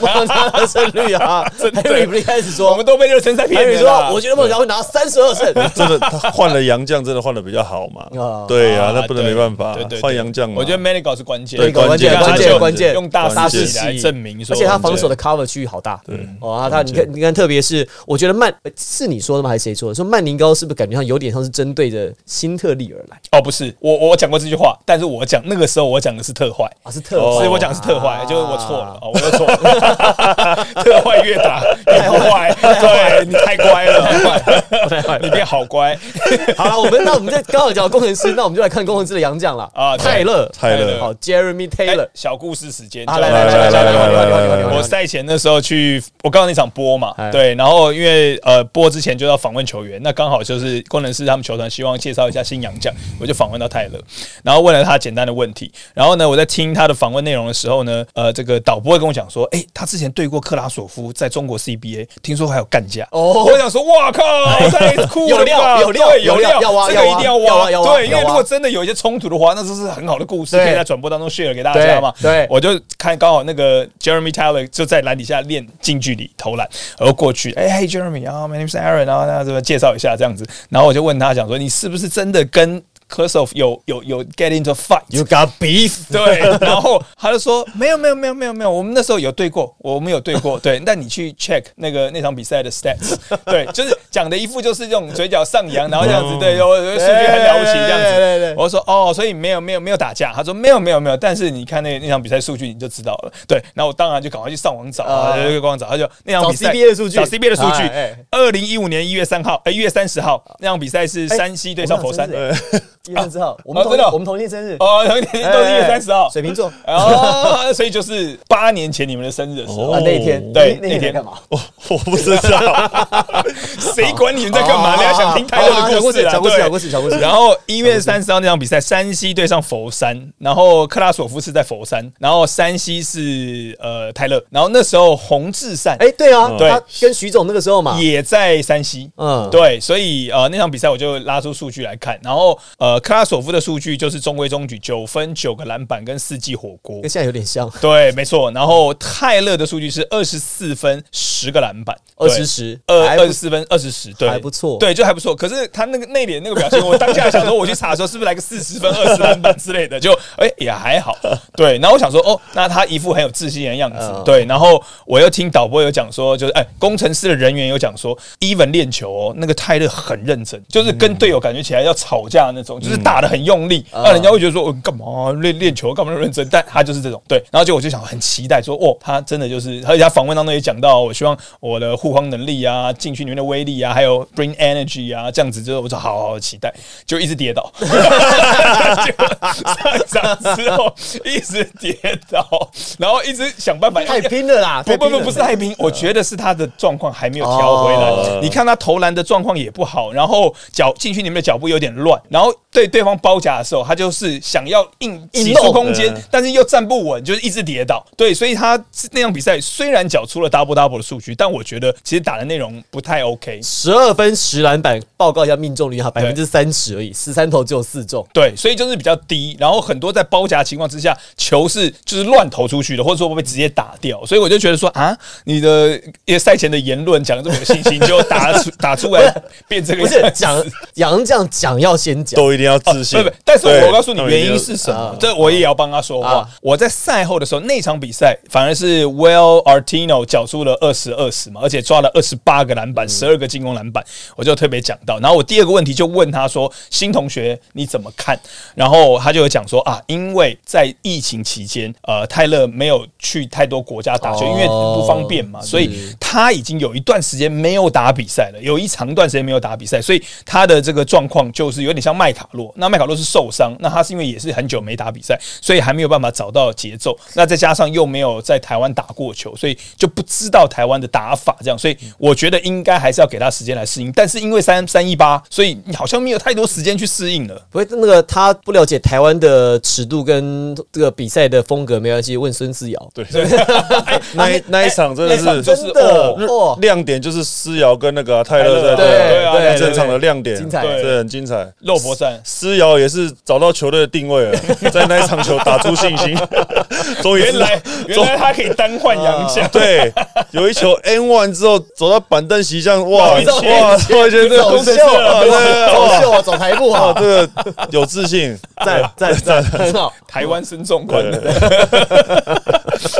Speaker 3: 梦想家的胜率啊，还以为一开始
Speaker 2: 我
Speaker 3: 说
Speaker 2: 们，都被热身赛
Speaker 3: 还
Speaker 2: 骗
Speaker 3: 以为
Speaker 2: 了
Speaker 3: 说
Speaker 2: 啦。
Speaker 3: 我觉得梦想家会拿三十二胜，
Speaker 4: 真的，他换了洋将，真的换的比较好嘛
Speaker 3: 啊？
Speaker 4: 对啊，那不能
Speaker 2: 对
Speaker 4: 没办法
Speaker 2: 对对，对
Speaker 4: 换洋将嘛。
Speaker 2: 我觉得 Manigal 是关键，
Speaker 4: 对关键
Speaker 2: 他
Speaker 4: 关键
Speaker 2: 就
Speaker 4: 关键
Speaker 2: 用大杀
Speaker 4: 关
Speaker 2: 器
Speaker 4: 键
Speaker 2: 来证明说，
Speaker 3: 而且他防守的 cover 区域好大。对，哦，啊，他你看，你看，特别是我觉得曼呃是你说的吗？还是谁说的？说曼宁高是不是感觉上有点像是针对着辛特利而来？
Speaker 2: 哦不是，我我讲过这句话，但是我讲那个时候我讲的的是特坏，
Speaker 3: 啊，是特
Speaker 4: 哦
Speaker 2: 所以我讲的是特坏，就是我错了，哦，我又错了，特坏越打越不坏，对你太乖了，你变好乖，
Speaker 3: 好了，我们那我们在刚好讲工程师，那我们就来看工程师的洋将了
Speaker 2: 啊对
Speaker 3: 泰勒，
Speaker 4: 泰勒
Speaker 3: 好，Jeremy
Speaker 2: 哎
Speaker 3: Taylor，
Speaker 2: 小故事时间，
Speaker 3: 啊
Speaker 2: 就
Speaker 3: 来来
Speaker 4: 来来来来来来来来来
Speaker 2: 我赛前的时候去，我刚刚那场播嘛
Speaker 3: 哎，
Speaker 2: 对，然后因为呃播之前就要访问球员，那刚好就是工程师他们球团希望介绍一下新洋将，我就访问到泰勒，然后问了他简单的问题，然后呢我在听他的访问内容的时候呢，呃这个导播会跟我讲说，哎，他之前对过克拉索夫，在中国 CBA，听说还有干架，
Speaker 3: 哦
Speaker 2: 我想说，哇靠， 太酷
Speaker 3: 有
Speaker 2: 了吧，
Speaker 3: 料有料
Speaker 2: 对
Speaker 3: 有
Speaker 2: 有
Speaker 3: 料
Speaker 2: 料，
Speaker 3: 要挖
Speaker 2: 这个一定
Speaker 3: 要
Speaker 2: 要
Speaker 3: 挖要挖要挖
Speaker 2: 对，因为
Speaker 3: 要
Speaker 2: 如
Speaker 3: 挖
Speaker 2: 果真的有一些冲突的话，那这是很好的故事，
Speaker 3: 对
Speaker 2: 可以在转播当中 share 给大家嘛。
Speaker 3: 对对
Speaker 2: 我就看刚好那个 Jeremy Taylor 就在篮底下练近距离投篮，然后过去，哎、h e y Jeremy 啊、m y name is Aaron 啊，那怎么介绍一下这样子？然后我就问他讲说，你是不是真的跟 c u r s o f 有有有 get into fight？
Speaker 4: You got beef？
Speaker 2: 对，然后他就说没有没有没有没有没有，我们那时候有对过，我们有对过，对，但你去 check 那个那场比赛的 stats，对，就是讲的一副就是这种嘴角上扬，然后这样子，对，我数据很了不起这样
Speaker 3: 对对对对
Speaker 2: 子，我就说哦，所以没有没有没有打架，他说没有没有没有，但是你看那那场比赛数据你就知道了，对，然后我当然就赶快去上网找啊，
Speaker 3: 啊
Speaker 2: 就光找，他就那场
Speaker 3: 找
Speaker 2: 比赛
Speaker 3: CBA 的数据
Speaker 2: 找 CBA 的数
Speaker 3: 哎
Speaker 2: 据
Speaker 3: 哎，
Speaker 2: 二零一五年一月三号，呃一月三十号那场比赛是
Speaker 3: 哎
Speaker 2: 山西对上佛山，
Speaker 3: 一月之后，我们
Speaker 2: 啊
Speaker 3: 同
Speaker 2: 真的哦
Speaker 3: 我们同届生日，
Speaker 2: 哦，都是一月三十号，
Speaker 3: 水瓶座啊
Speaker 2: 哦，所以就是八年前你们的生日的时候，
Speaker 4: 哦
Speaker 3: 那一天，
Speaker 2: 对
Speaker 3: 那
Speaker 2: 那
Speaker 3: 一
Speaker 2: 一
Speaker 3: 天
Speaker 2: 天
Speaker 3: 干嘛？
Speaker 4: 我我不知 道，
Speaker 2: 谁管你们在干嘛？
Speaker 3: 哦
Speaker 2: 你要想听泰勒
Speaker 3: 好好好
Speaker 2: 的故事啊，
Speaker 3: 讲故事，
Speaker 2: 对
Speaker 3: 讲故事，讲故事，
Speaker 2: 然后一月三十号那场比赛，山西对上佛山，然后克拉索夫是在佛山，然后山西是呃泰勒，然后那时候洪志善
Speaker 3: 哎，对啊，
Speaker 2: 对
Speaker 3: 他跟徐总那个时候嘛，
Speaker 2: 也在山西，
Speaker 3: 嗯
Speaker 2: 对，所以呃那场比赛我就拉出数据来看，然后呃克拉索夫的数据就是中规中矩，九分、九个篮板跟四记火锅
Speaker 3: 跟，现在有点像，
Speaker 2: 对，没错。然后泰勒的数据是二十四分、十个篮板，
Speaker 3: 二十十，
Speaker 2: 二
Speaker 3: 还
Speaker 2: 呃二
Speaker 3: 不
Speaker 2: 十四分、二十十，对，
Speaker 3: 还不错
Speaker 2: 对，就还不错。可是他那个内敛那个表情，我当下想说，我去查的时候是不是来个四十分、二十篮板之类的，就哎、也还好。对，然后我想说，哦，那他一副很有自信的样子，
Speaker 3: 嗯
Speaker 2: 对。然后我又听导播有讲说，就是哎、工程师的人员有讲说，even 练球哦，那个泰勒很认真，就是跟队友感觉起来要吵架那种，就是打的很用力，那、人家会觉得说，哦干、嘛练练球干嘛那么认真？但他就是这种，对。然后就我就想很期待说，哦，他真的就是，而且他访问当中也讲到，我希望我的护框能力啊，禁区里面的威力啊，还有 bring energy 啊，这样子就是我说好好好期待，就一直跌倒， 就上一场之后一直跌倒，然后一直想办法
Speaker 3: 太拼了啦，
Speaker 2: 不
Speaker 3: 太
Speaker 2: 不
Speaker 3: 拼
Speaker 2: 不，
Speaker 3: 了呃
Speaker 2: 不是太平，我觉得是他的状况还没有调回
Speaker 4: 哦
Speaker 2: 来。你看他投篮的状况也不好，然后脚进去里面的脚步有点乱，然后对对方包夹的时候，他就是想要硬
Speaker 3: 硬
Speaker 2: 挤出
Speaker 3: 弄
Speaker 2: 空间
Speaker 4: 嗯，
Speaker 2: 但是又站不稳，就是一直跌倒。对，所以他那场比赛虽然缴出了 double double 的数据，但我觉得其实打的内容不太 OK。
Speaker 3: 十二分十篮板，报告一下命中率哈，百分之三十而已，十三投只有四中。
Speaker 2: 对，所以就是比较低，然后很多在包夹情况之下，球是就是乱投出去的，或者说会被直接打掉，所以我就觉得说啊，你的因为赛前的言论讲的这么有信 心，就打出打出来变这个
Speaker 3: 不
Speaker 2: 样
Speaker 3: 是
Speaker 2: 子
Speaker 3: 讲杨将讲要先讲，
Speaker 4: 都一定要自信
Speaker 2: 不。不，但是
Speaker 4: 对
Speaker 2: 我告诉你原因是什
Speaker 3: 啊
Speaker 2: 么，这我也要帮他说话
Speaker 3: 啊。
Speaker 2: 我在赛后的时候，那场比赛反而是 Well Artino 缴出了二十二十嘛，而且抓了二十八个篮
Speaker 3: 嗯
Speaker 2: 板，十二个进攻篮板，我就特别讲到。然后我第二个问题就问他说：“新同学你怎么看？”然后他就有讲说啊，因为在疫情期间，呃，泰勒没有去太多国家打球，
Speaker 3: 哦
Speaker 2: 因为不方便嘛，
Speaker 3: 是
Speaker 2: 所以他已经有一段时间没有打比赛了，有一长段时间没有打比赛，所以他的这个状况就是有点像麦卡洛。那麦卡洛是受伤，那他是因为也是很久没打比赛，所以还没有办法找到节奏。那再加上又没有在台湾打过球，所以就不知道台湾的打法这样。所以我觉得应该还是要给他时间来适应。但是因为三三一八，所以你好像没有太多时间去适应了。
Speaker 3: 不会那个他不了解台湾的尺度跟这个比赛的风格没关系，问孙思瑶。
Speaker 4: 对，那一那一场真的
Speaker 2: 哎那一场
Speaker 4: 是
Speaker 2: 就是
Speaker 3: 哎真的哦，
Speaker 4: 亮点，就是思瑶跟那个啊泰勒在
Speaker 2: 对
Speaker 3: 对啊
Speaker 4: 那
Speaker 2: 对
Speaker 4: 整场的亮点，
Speaker 3: 精彩
Speaker 2: 对
Speaker 4: 这很精彩。
Speaker 2: 肉搏战，
Speaker 4: 思瑶也是找到球队的定位了，在那一场球打出信心， 终于知
Speaker 2: 原
Speaker 4: 道
Speaker 2: 来原来他可以单换洋 将。
Speaker 4: 对，有一球 N one 之后走到板凳席上，哇哇，
Speaker 2: 一球
Speaker 4: 突然间这
Speaker 3: 走
Speaker 4: 个
Speaker 3: 秀，
Speaker 2: 啊
Speaker 3: 哦
Speaker 4: 哇对哦
Speaker 3: 走
Speaker 4: 哇
Speaker 3: 秀，走台步
Speaker 4: 哇，
Speaker 3: 啊，
Speaker 4: 这个有自信，
Speaker 3: 赞赞赞，很好。
Speaker 2: 台湾身重款，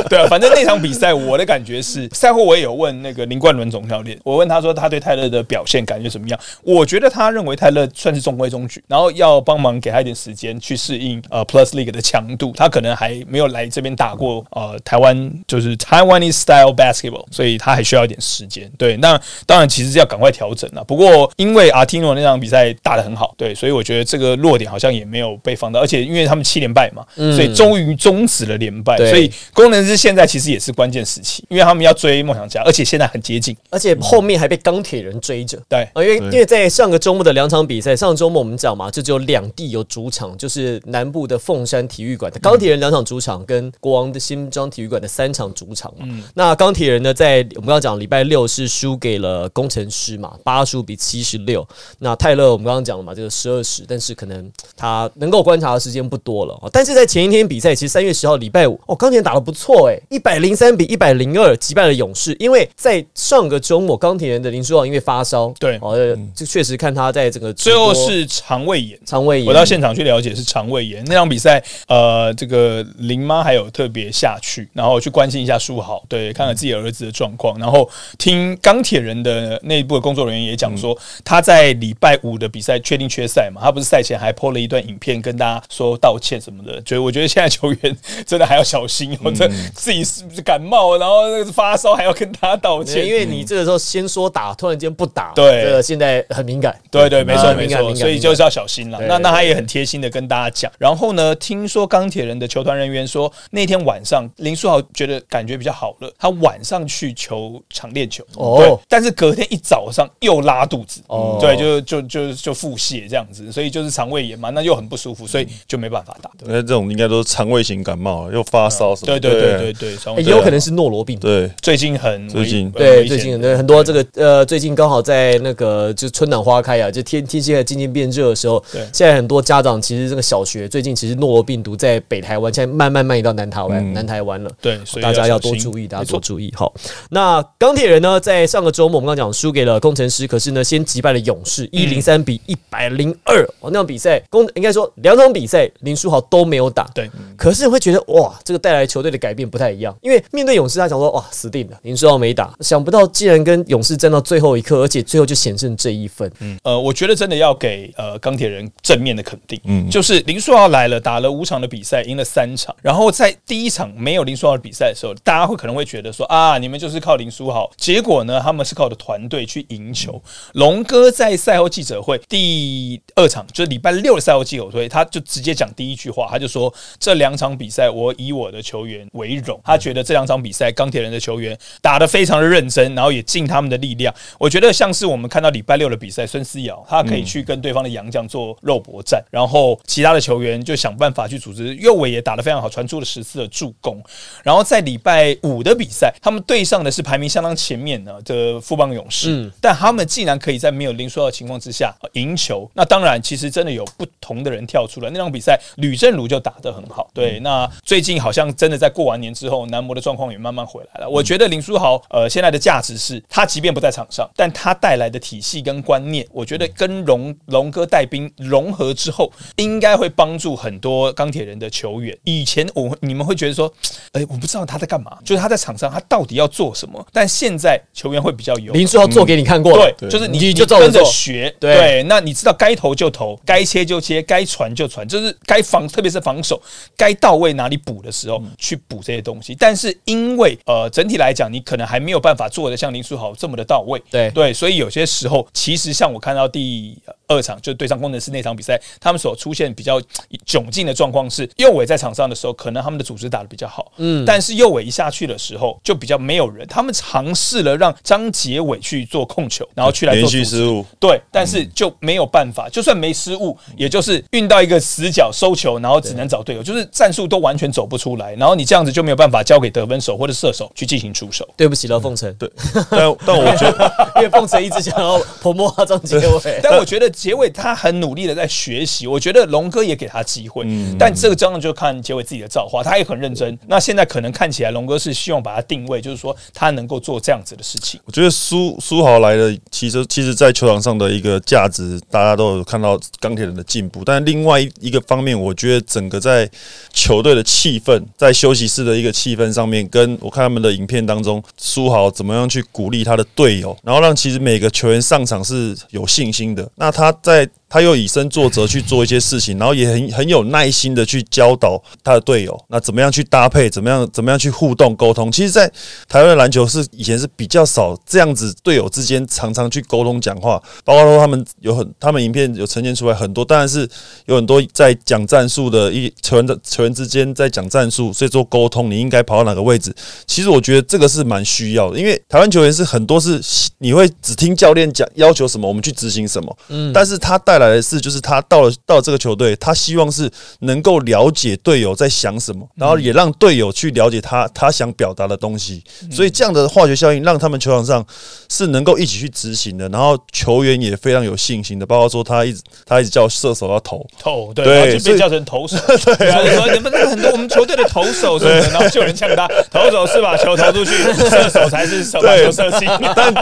Speaker 2: 对啊，反正那场比赛我的感觉是，赛后我也有问那个林冠伦总教练，我问他说他对泰勒的表现感觉怎么样？我觉得他认为泰勒算是中规中矩，然后要帮忙给他一点时间去适应呃 Plus League 的强度，他可能还没有来这边打过呃台湾就是 Taiwanese style basketball，所以他还需要一点时间。对，那当然其实要赶快调整了。不过因为阿提诺那场比赛打得很好，对，所以我觉得这个弱点好像也没有被放大，而且因为他们七连败嘛，所以终于终止了连败，
Speaker 3: 对
Speaker 2: 所以工程师现在其实也是关键时期，因为他们要追梦想家，而且现在很接近。
Speaker 3: 而且后面还被钢铁人追着。
Speaker 2: 对，
Speaker 3: 啊，因为因
Speaker 4: 对
Speaker 3: 为在上个周末的两场比赛，上个周末我们讲嘛，就只有两地有主场，就是南部的凤山体育馆，钢铁人两场主场，跟国王的新庄体育馆的三场主场嘛。那钢铁人呢，在我们刚刚讲礼拜六是输给了工程师嘛，八十五比七十六。那泰勒我们刚刚讲了嘛，这个十二十，但是可能他能够观察的时间不多了。哦但是在前一天比赛，其实三月十号礼拜五，哦，钢铁人打得不错诶，一百零三比一百零二击败了勇士。因为在上个周末，钢铁人的林书豪因为发烧，
Speaker 2: 对嗯
Speaker 3: 哦，呃这确实看他在这个直
Speaker 2: 最
Speaker 3: 播
Speaker 2: 后是肠胃炎。
Speaker 3: 肠胃炎，
Speaker 2: 我到现场去了解是肠胃炎那场比赛，呃，这个林妈还有特别下去，然后去关心一下书豪，对，看看自己儿子的状况，然后听钢铁人的内部的工作人员也讲说，
Speaker 3: 嗯
Speaker 2: 他在礼拜五的比赛确定缺赛嘛，他不是赛前还 PO 了一段影片跟大家说道歉什么的，所以我觉得现在球员真的还要小心哦，这
Speaker 3: 嗯
Speaker 2: 自己是不是感冒，然后那个发烧还要跟大家道
Speaker 3: 没有
Speaker 2: 歉，
Speaker 3: 因为你这个时候先说打，突然间不打，
Speaker 2: 嗯对
Speaker 3: 这个现在很敏感。
Speaker 2: 对对，没错
Speaker 3: 啊敏
Speaker 2: 没
Speaker 3: 感
Speaker 2: 错，
Speaker 3: 敏感
Speaker 2: 所以就是要小心了
Speaker 3: 对。
Speaker 2: 那
Speaker 3: 对
Speaker 2: 那他也很贴心的跟大家讲。然后呢，听说钢铁人的球团人员说，那天晚上林书豪觉得感觉比较好了，他晚上去球场练球，
Speaker 3: 哦
Speaker 2: 对，但是隔天一早上又拉肚子，
Speaker 3: 哦
Speaker 2: 对，就就就就腹泻这样子，所以就是肠胃炎嘛，那又很不
Speaker 3: 嗯
Speaker 2: 舒服，所以就没办法打。
Speaker 4: 那这种应该都是肠胃型感冒，又发烧什么
Speaker 2: 对
Speaker 4: 的。
Speaker 2: 对对对对，肠
Speaker 3: 诶
Speaker 2: 胃
Speaker 3: 哎也有可能是诺罗病毒。
Speaker 4: 对，
Speaker 2: 最近很
Speaker 4: 最
Speaker 2: 危
Speaker 4: 近
Speaker 2: 很
Speaker 3: 对，
Speaker 2: 危
Speaker 3: 最
Speaker 2: 险
Speaker 3: 近很很多这个呃，最近刚好在那个就春暖花开啊，就天天气开始渐渐变热的时候，
Speaker 2: 对
Speaker 3: 现在很多家长其实这个小学最近其实诺罗病毒在北台湾，现在慢慢蔓延到南台湾，
Speaker 2: 嗯
Speaker 3: 南台湾了。
Speaker 2: 对，所以
Speaker 3: 哦大家要
Speaker 2: 要
Speaker 3: 多
Speaker 2: 注
Speaker 3: 注意，大家
Speaker 2: 没错
Speaker 3: 多注意。好，那钢铁人呢，在上个周末我们刚刚讲输给了工程师，可是呢，先击败了勇
Speaker 2: 嗯
Speaker 3: 士，一零三比一百零二。哦，那场比赛，工应该说两场比赛林书豪都没有打，
Speaker 2: 对。
Speaker 3: 可是会觉得哇，这个带来球队的改变不太一样，因为面对勇士，他想说哇死定了，林书豪没打，想不到竟然跟勇士战到最后一刻，而且最后就险胜这一分。
Speaker 2: 呃，我觉得真的要给呃钢铁人正面的肯定，
Speaker 4: 嗯
Speaker 2: 就是林书豪来了，打了五场的比赛，赢了三场，然后在第一场没有林书豪的比赛的时候，大家会可能会觉得说啊，你们就是靠林书豪，结果呢，他们是靠着团队去赢球。龙哥在赛后记者会第二场，就是礼拜六的赛后记者会，他就直接讲第一句话，他就说这两场比赛我以我的球员为荣，他觉得这两场比赛钢铁人的球员打得非常的认真，然后也尽他们的力量。我觉得像是我们看到礼拜六的比赛，孙思尧他可以去跟对方的洋将做肉搏战，然后其他的球员就想办法去组织。右尾也打得非常好，传出了十次的助攻。然后在礼拜五的比赛，他们对上的是排名相当前面的的富邦勇士，但他们竟然可以在没有林书豪的情况之下呃赢球。那当然，其实真的有不同的人跳出来。那场比赛，吕正儒就打得很好。对，
Speaker 3: 嗯
Speaker 2: 那最近好像真的在过完年之后，男模的状况也慢慢回来
Speaker 3: 嗯
Speaker 2: 了。我觉得林书豪呃现在的价值是，他即便不在场上，但他带来的体系跟观念，我觉得
Speaker 3: 嗯
Speaker 2: 跟龙龙哥带兵融合之后，应该会帮助很多钢铁人的球员。以前我你们会觉得说，哎、我不知道他在干嘛，就是他在场上他到底要做什么。但现在球员会比较有嗯
Speaker 3: 林书豪做给你看过了，
Speaker 2: 对，就是你
Speaker 3: 你
Speaker 2: 你
Speaker 3: 就照着
Speaker 2: 跟着
Speaker 3: 做
Speaker 2: 学，
Speaker 3: 对
Speaker 2: 对，那你知道该投就投，该切就切，该传就传，就是该防，特别是防守，该到位哪里补的时候去补这些东西。但是因为呃整体来讲，你可能还没有办法做的像林书豪这么的到位，
Speaker 3: 对
Speaker 2: 对，所以有些时候其实像我看到第。二场就是对上工程师那场比赛，他们所出现比较窘境的状况是，右尾在场上的时候，可能他们的组织打得比较好，嗯，但是右尾一下去的时候就比较没有人，他们尝试了让张杰伟去做控球，然后去来做
Speaker 4: 连
Speaker 2: 组
Speaker 4: 续
Speaker 2: 织
Speaker 4: 失。误，
Speaker 2: 对，但是就没有办法，就算没失误，也就是运到一个死角收球，然后只能找队友，就是战术都完全走不出来，然后你这样子就没有办法交给得分手或者射手去进行出手。
Speaker 3: 对不起了，凤城，
Speaker 4: 对，但但我觉得，
Speaker 3: 因为凤城一直想要泼墨张杰伟。
Speaker 2: 但我觉得结尾他很努力的在学习，我觉得龙哥也给他机会，但这个当然就看结尾自己的造化，他也很认真。那现在可能看起来龙哥是希望把他定位，就是说他能够做这样子的事情。
Speaker 4: 我觉得苏苏豪来的，其实其实，在球场上的一个价值，大家都有看到钢铁人的进步。但另外一个方面，我觉得整个在球队的气氛，在休息室的一个气氛上面，跟我看他们的影片当中，苏豪怎么样去鼓励他的队友，然后让其实每个球员上场是有信心的。那他在他又以身作则去做一些事情，然后也很很有耐心的去教导他的队友，那怎么样去搭配，怎么样怎么样去互动沟通。其实，在台湾的篮球是以前是比较少这样子，队友之间常常去沟通讲话，包括说他们有很他们影片有呈现出来很多，当然是有很多在讲战术的一球员的球员之间在讲战术，所以做沟通，你应该跑到哪个位置。其实我觉得这个是蛮需要的，因为台湾球员是很多是你会只听教练讲要求什么，我们去执行什么。嗯，但是他带来的是，就是他到了到了这个球队，他希望是能够了解队友在想什
Speaker 2: 嗯
Speaker 4: 么，然后也让队友去了解他他想表达的东西。
Speaker 2: 嗯
Speaker 4: 所以这样的化学效应，让他们球场上是能够一起去执行的，然后球员也非常有信心的，包括说他一直他一直叫射手要 投，
Speaker 2: 投对，
Speaker 4: 对
Speaker 2: 然后就
Speaker 4: 所
Speaker 2: 被
Speaker 4: 以
Speaker 2: 叫成投手，对啊，就说你们这个很多我们球队的投手是不是？然后就有人呛他，投手是把球投出去，射手才是手把
Speaker 4: 对
Speaker 2: 球射进。
Speaker 4: 但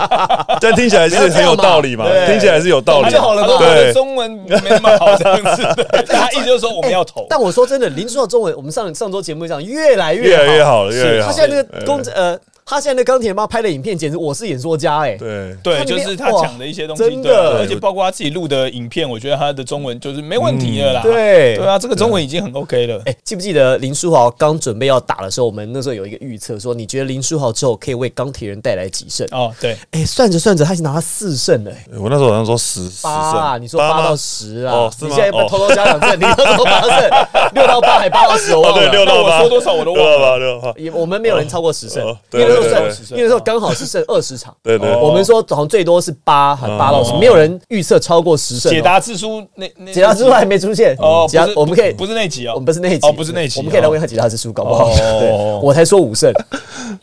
Speaker 4: 但听起来是很有道理嘛，
Speaker 2: 对
Speaker 4: 听起来是有道
Speaker 2: 他
Speaker 4: 理嘛，
Speaker 2: 就好了嘛，
Speaker 4: 对
Speaker 2: 我的中文没那么好这样子。对他意思就是说我们要投，
Speaker 3: 哎但我说真的，林书豪中文，我们上上周节目讲越来
Speaker 4: 越来越
Speaker 3: 好，
Speaker 4: 好了，越来越好
Speaker 3: 他
Speaker 4: 了。哎
Speaker 3: 现在那个公呃，他现在那钢铁妈拍的影片，简直我是演说家哎、
Speaker 4: 对，
Speaker 2: 对，
Speaker 3: 它里
Speaker 2: 就
Speaker 3: 面
Speaker 2: 是他
Speaker 3: 哇
Speaker 2: 讲的一些东西，
Speaker 3: 真的
Speaker 2: 对啊而且包括他自己录的影片，我觉得他的中文就是没问题的啦。
Speaker 3: 嗯对
Speaker 2: 对啊，这个中文已经很 OK 了。
Speaker 3: 哎、记不记得林书豪刚准备要打的时候，我们那时候有一个预测，说你觉得林书豪之后可以为钢铁人带来几胜？
Speaker 2: 哦，对，
Speaker 3: 哎、算着算着，他已经拿到四胜了、哎
Speaker 4: 我那时候好像说十十
Speaker 3: 八啊，
Speaker 4: 胜
Speaker 3: 你说八
Speaker 4: 吗
Speaker 3: 到十啊？
Speaker 4: 哦是
Speaker 3: 你
Speaker 4: 吗
Speaker 3: 现在不
Speaker 4: 哦
Speaker 3: 偷偷加两胜，你要说八 胜，六到八还八到十，我
Speaker 4: 哦，
Speaker 3: 忘了。
Speaker 4: 对，六到
Speaker 2: 那我
Speaker 4: 八，
Speaker 2: 说多少我都忘了
Speaker 4: 六到八，六到八，
Speaker 3: 也我们没有人超过十胜
Speaker 4: 哦，
Speaker 3: 因
Speaker 4: 对
Speaker 3: 为那时候
Speaker 4: 对
Speaker 3: 算因
Speaker 2: 对
Speaker 4: 对
Speaker 3: 为那时候刚好是剩二十场。
Speaker 4: 对对
Speaker 2: 哦
Speaker 3: 我们说好像最多是八，还八到十，没有人预测超过十胜哦。
Speaker 2: 解答之书那那
Speaker 3: 解答之外还没出现
Speaker 2: 哦，
Speaker 3: 解答
Speaker 2: 不是
Speaker 3: 我们可以
Speaker 2: 不是那集哦，
Speaker 3: 我们不是那一集，
Speaker 2: 哦，不是那集，
Speaker 3: 我们可以来问一下
Speaker 2: 哦。
Speaker 3: 解答之书，搞不好
Speaker 2: 哦。
Speaker 3: 对，我才说五胜，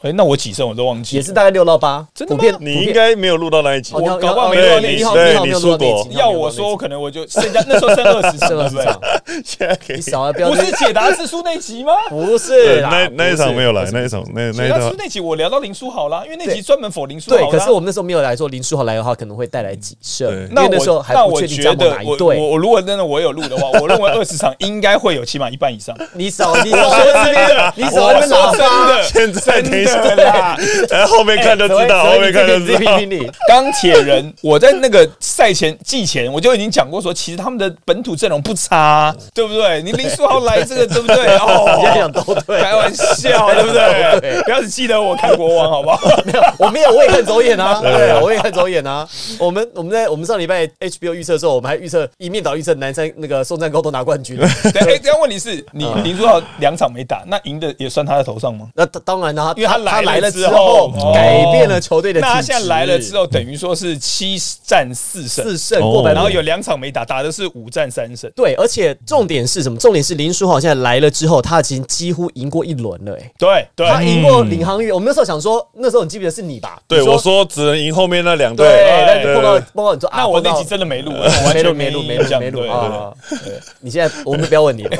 Speaker 2: 哎，那我几胜我都忘记了，
Speaker 3: 也是大概六到八，
Speaker 2: 真的
Speaker 3: 普
Speaker 2: 吗
Speaker 3: 遍
Speaker 4: 你应该没有录到那一集
Speaker 3: 哦，
Speaker 2: 我
Speaker 3: 你好
Speaker 2: 搞不好
Speaker 3: 哦
Speaker 2: 没
Speaker 3: 对
Speaker 2: 录到那一集
Speaker 3: 你好，
Speaker 4: 对
Speaker 3: 你好，
Speaker 4: 你
Speaker 3: 没有录到
Speaker 4: 说
Speaker 3: 那一
Speaker 4: 过
Speaker 3: 集
Speaker 2: 要我说，我，可能我就剩下那时候剩二十
Speaker 3: 剩
Speaker 2: 胜，对
Speaker 3: 二十
Speaker 2: 不对？
Speaker 3: 场，
Speaker 4: 现在可以
Speaker 3: 你。少了不要
Speaker 2: 不是解答之书那集 吗？
Speaker 3: 不是
Speaker 4: 对，
Speaker 3: 啦
Speaker 4: 那那一场没有
Speaker 3: 不
Speaker 4: 来，
Speaker 3: 是
Speaker 4: 那一场那那
Speaker 2: 解
Speaker 4: 一
Speaker 2: 答之
Speaker 4: 场
Speaker 2: 书那集我聊到林书豪啦，因为那集专门否林书豪啦。
Speaker 3: 对，可是我们那时候没有来说林书豪来的话，可能会带来几胜，
Speaker 4: 对
Speaker 3: 因
Speaker 2: 那
Speaker 3: 为
Speaker 2: 我
Speaker 3: 那时候还
Speaker 2: 那
Speaker 3: 不
Speaker 2: 我
Speaker 3: 确定
Speaker 2: 觉
Speaker 3: 加盟
Speaker 2: 得
Speaker 3: 哪一
Speaker 2: 我
Speaker 3: 队。
Speaker 2: 我我如果真的我有录的话，我认为二十场应该会有起码一半以上。
Speaker 3: 你少，你少在那边，你少
Speaker 2: 我
Speaker 3: 在那边
Speaker 2: 说
Speaker 3: 喇叭，
Speaker 2: 真的，
Speaker 4: 现在 等一下
Speaker 2: 真的啦，
Speaker 4: 哎，后面看就
Speaker 3: 只会
Speaker 4: 知道，后面看就
Speaker 3: 只
Speaker 4: 知
Speaker 3: 会
Speaker 4: 道
Speaker 3: 你自己批。评你。
Speaker 2: 钢铁人，我在那个赛前季前我就已经讲过说，其实他们的本土阵容不差啊，对不对？你林书豪来这个，对不对？
Speaker 3: 你现在讲
Speaker 2: 哦，
Speaker 3: 都对，
Speaker 2: 开玩笑，对不对？不要只记得我看国王，好不好？
Speaker 3: 我没有，我也看走眼 啊，对啊，我也看走眼啊。我们我们在我们上礼拜 HBO 预测的时候，我们还预测一面倒预测南山那个宋战高都拿冠 军，
Speaker 2: 对，哎，这样问题是你林书豪两场没打，那赢的也算他的头上吗？
Speaker 3: 那他当然啦，
Speaker 2: 因为他
Speaker 3: 他他
Speaker 2: 来
Speaker 3: 来
Speaker 2: 了
Speaker 3: 了
Speaker 2: 之
Speaker 3: 之
Speaker 2: 后
Speaker 3: 后
Speaker 2: 哦
Speaker 3: 改变了球队的体质，
Speaker 2: 那他现在来了之后，哦等于说是七战四胜，
Speaker 3: 四胜过百分之五，
Speaker 2: 然后有两场没打，打的是五战三胜。
Speaker 3: 对，而且重点是什么？重点是林书豪现在来了之后，他已经几乎赢过一轮了、哎，
Speaker 2: 对对，
Speaker 3: 他赢过领
Speaker 2: 嗯
Speaker 3: 航员。我们那时候想说，那时候你记不记得是你吧？
Speaker 4: 对，
Speaker 3: 你
Speaker 4: 我说只能赢后面那两队
Speaker 3: 对，。但是
Speaker 4: 对
Speaker 3: 碰到碰到你说啊，
Speaker 2: 那我那
Speaker 3: 碰到
Speaker 2: 集真的没录，我 完
Speaker 3: 没录
Speaker 2: 全
Speaker 3: 没录没
Speaker 2: 印
Speaker 3: 录
Speaker 2: 象
Speaker 3: 没录
Speaker 2: 对
Speaker 3: 啊！你现在我们不要问你了，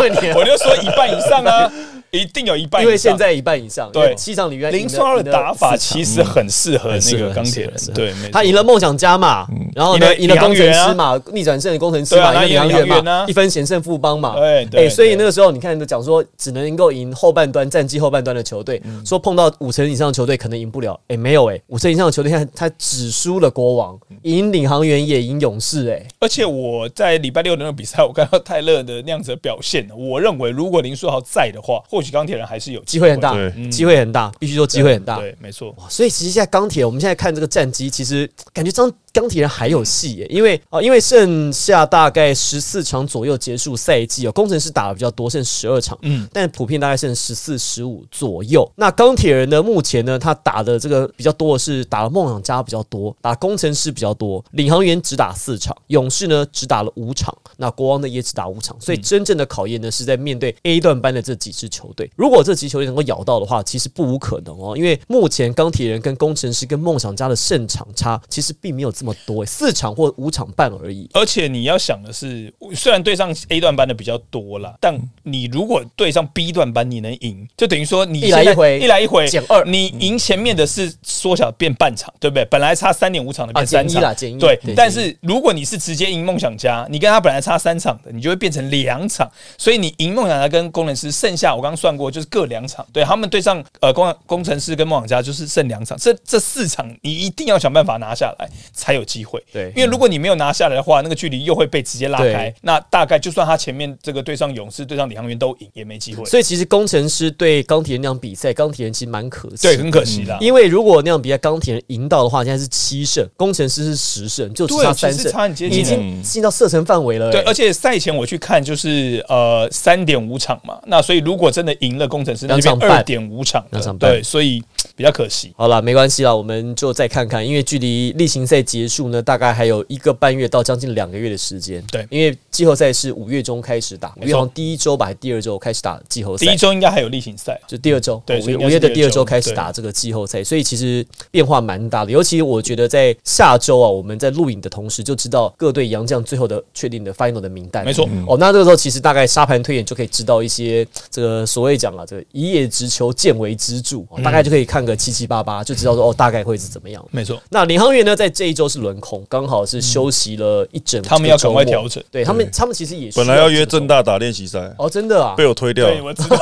Speaker 3: 问你了
Speaker 2: 我就说一半以上啊，一定有一半以上。
Speaker 3: 因为现在一半以上，
Speaker 2: 对
Speaker 3: 因为七场里面
Speaker 2: 林书豪的打法其
Speaker 3: 实
Speaker 2: 实很适合那个钢铁人
Speaker 3: 很适，合
Speaker 2: 对，没错
Speaker 3: 他赢了梦想家嘛，然后
Speaker 2: 赢
Speaker 3: 呢
Speaker 2: 了
Speaker 3: 赢了工程
Speaker 2: 领航
Speaker 3: 师
Speaker 2: 员
Speaker 3: 嘛，逆转胜的工程师
Speaker 2: 对啊
Speaker 3: 嘛，赢了
Speaker 2: 那
Speaker 3: 杨
Speaker 2: 赢了领航
Speaker 3: 元
Speaker 2: 员啊
Speaker 3: 嘛，一分险胜富邦嘛，
Speaker 2: 对对
Speaker 3: 哎，所以
Speaker 2: 对
Speaker 3: 那个时候你看讲说只能够赢后半段战绩后半段的球队，
Speaker 2: 嗯
Speaker 3: 说碰到五成以上的球队可能赢不了，哎没有哎，五成以上的球队现在他只输了国王，
Speaker 2: 嗯
Speaker 3: 赢领航员也赢勇士哎，
Speaker 2: 而且我在礼拜六的那个比赛，我看到泰勒的那样子的表现，我认为如果林书豪在的话，或许钢铁人还是有
Speaker 3: 机会很大
Speaker 4: 对，
Speaker 3: 机会很大，必须说机会很大，
Speaker 2: 对，没错。
Speaker 3: 所以其实现在钢铁，我们现在看这个战绩，其实感觉张钢铁人还有戏耶，因为啊、呃因为剩下大概十四场左右结束赛季哦，工程师打的比较多，剩十二场，
Speaker 2: 嗯
Speaker 3: 嗯，但普遍大概剩十四、十五左右。那钢铁人呢，目前呢，他打的这个比较多的是打了梦想家比较多，打工程师比较多，领航员只打四场，勇士呢只打了五场，那国王呢也只打五场，所以
Speaker 2: 嗯
Speaker 3: 真正的考验呢是在面对 A 段班的这几支球队。如果这几支球队能够咬到的话，其实不无可能哦，因为目前钢铁人跟工程师跟梦想家的胜场差其实并没有这么多，四场或五场半而已。
Speaker 2: 而且你要想的是，虽然对上 A 段班的比较多啦，但你如果对上 B 段班，你能赢，就等于说你
Speaker 3: 一来
Speaker 2: 现在
Speaker 3: 一回
Speaker 2: 一来一回
Speaker 3: 减二
Speaker 2: 你赢前面的是缩小变半场，对不对？本来差三点五场的变
Speaker 3: 啊减
Speaker 2: 三
Speaker 3: 一
Speaker 2: 场，
Speaker 3: 啦减一
Speaker 2: 对
Speaker 3: 对。
Speaker 2: 但
Speaker 3: 减
Speaker 2: 是如果你是直接赢梦想家，你跟他本来差三场的，你就会变成两场，所以你赢梦想家跟工程师，剩下我刚刚算过，就是各两场，对他们对上呃工工程师跟梦想家就是剩两场，这这四场你一定要想办法拿下来才有机会。
Speaker 3: 对
Speaker 2: 因为如果你没有拿下来的话，那个距离又会被直接拉开
Speaker 3: 对。
Speaker 2: 那大概就算他前面这个对上勇士、对上领航员都赢，也没机会。
Speaker 3: 所以其实工程师对钢铁人那场比赛，钢铁人其实蛮可惜的。
Speaker 2: 对，很可惜啦。
Speaker 3: 因为如果那场比赛钢铁人赢到的话，现在是七胜，工程师是十胜，就只
Speaker 2: 对
Speaker 3: 嗯差
Speaker 2: 其
Speaker 3: 三
Speaker 2: 实
Speaker 3: 胜，
Speaker 2: 差很接近
Speaker 3: 已经进到射程范围了、
Speaker 2: 对，而
Speaker 3: 欸。
Speaker 2: 且赛前我去看就是呃三点五场嘛，那所以如果真的赢了工程师，那
Speaker 3: 两
Speaker 2: 就
Speaker 3: 场
Speaker 2: 变二
Speaker 3: 半
Speaker 2: 点五场
Speaker 3: 两
Speaker 2: 了，
Speaker 3: 场半
Speaker 2: 对，所以比较可惜。
Speaker 3: 好了，没关系啦，我们就再看看，因为距离例行赛结束呢，大概还有一个半月到将近两个月的时间。
Speaker 2: 对
Speaker 3: 因为季后赛是五月中开始打，五
Speaker 2: 没错
Speaker 3: 月好像第一周吧，还是第二周开始打季后赛。
Speaker 2: 第一周应该还有例行赛，
Speaker 3: 就第二周，哦
Speaker 2: 对
Speaker 3: 五
Speaker 2: 所
Speaker 3: 月
Speaker 2: 以应该
Speaker 3: 五
Speaker 2: 是
Speaker 3: 月的
Speaker 2: 第
Speaker 3: 第
Speaker 2: 二
Speaker 3: 二
Speaker 2: 周
Speaker 3: 周开始打这个季后赛，所以其实变化蛮大的。尤其我觉得在下周啊，我们在录影的同时就知道各队洋将最后的确定的 final 的名单。
Speaker 2: 没错
Speaker 3: 哦，那这个时候其实大概沙盘推演就可以知道一些这个所谓讲啊，这个一叶知秋，见微知著、
Speaker 2: 嗯
Speaker 3: 哦大概就可以看个七七八八，就知道说哦，大概会是怎么样。
Speaker 2: 没错，
Speaker 3: 那领航员呢，在这一周是轮空，刚好是休息了一整个周末，
Speaker 2: 嗯他们要赶快调整
Speaker 3: 对他们，他们其实也需
Speaker 4: 本来要约
Speaker 3: 这个
Speaker 4: 正大打练习赛，
Speaker 3: 哦，真的啊，
Speaker 4: 被我推掉
Speaker 2: 对，
Speaker 4: 了。
Speaker 2: 我知道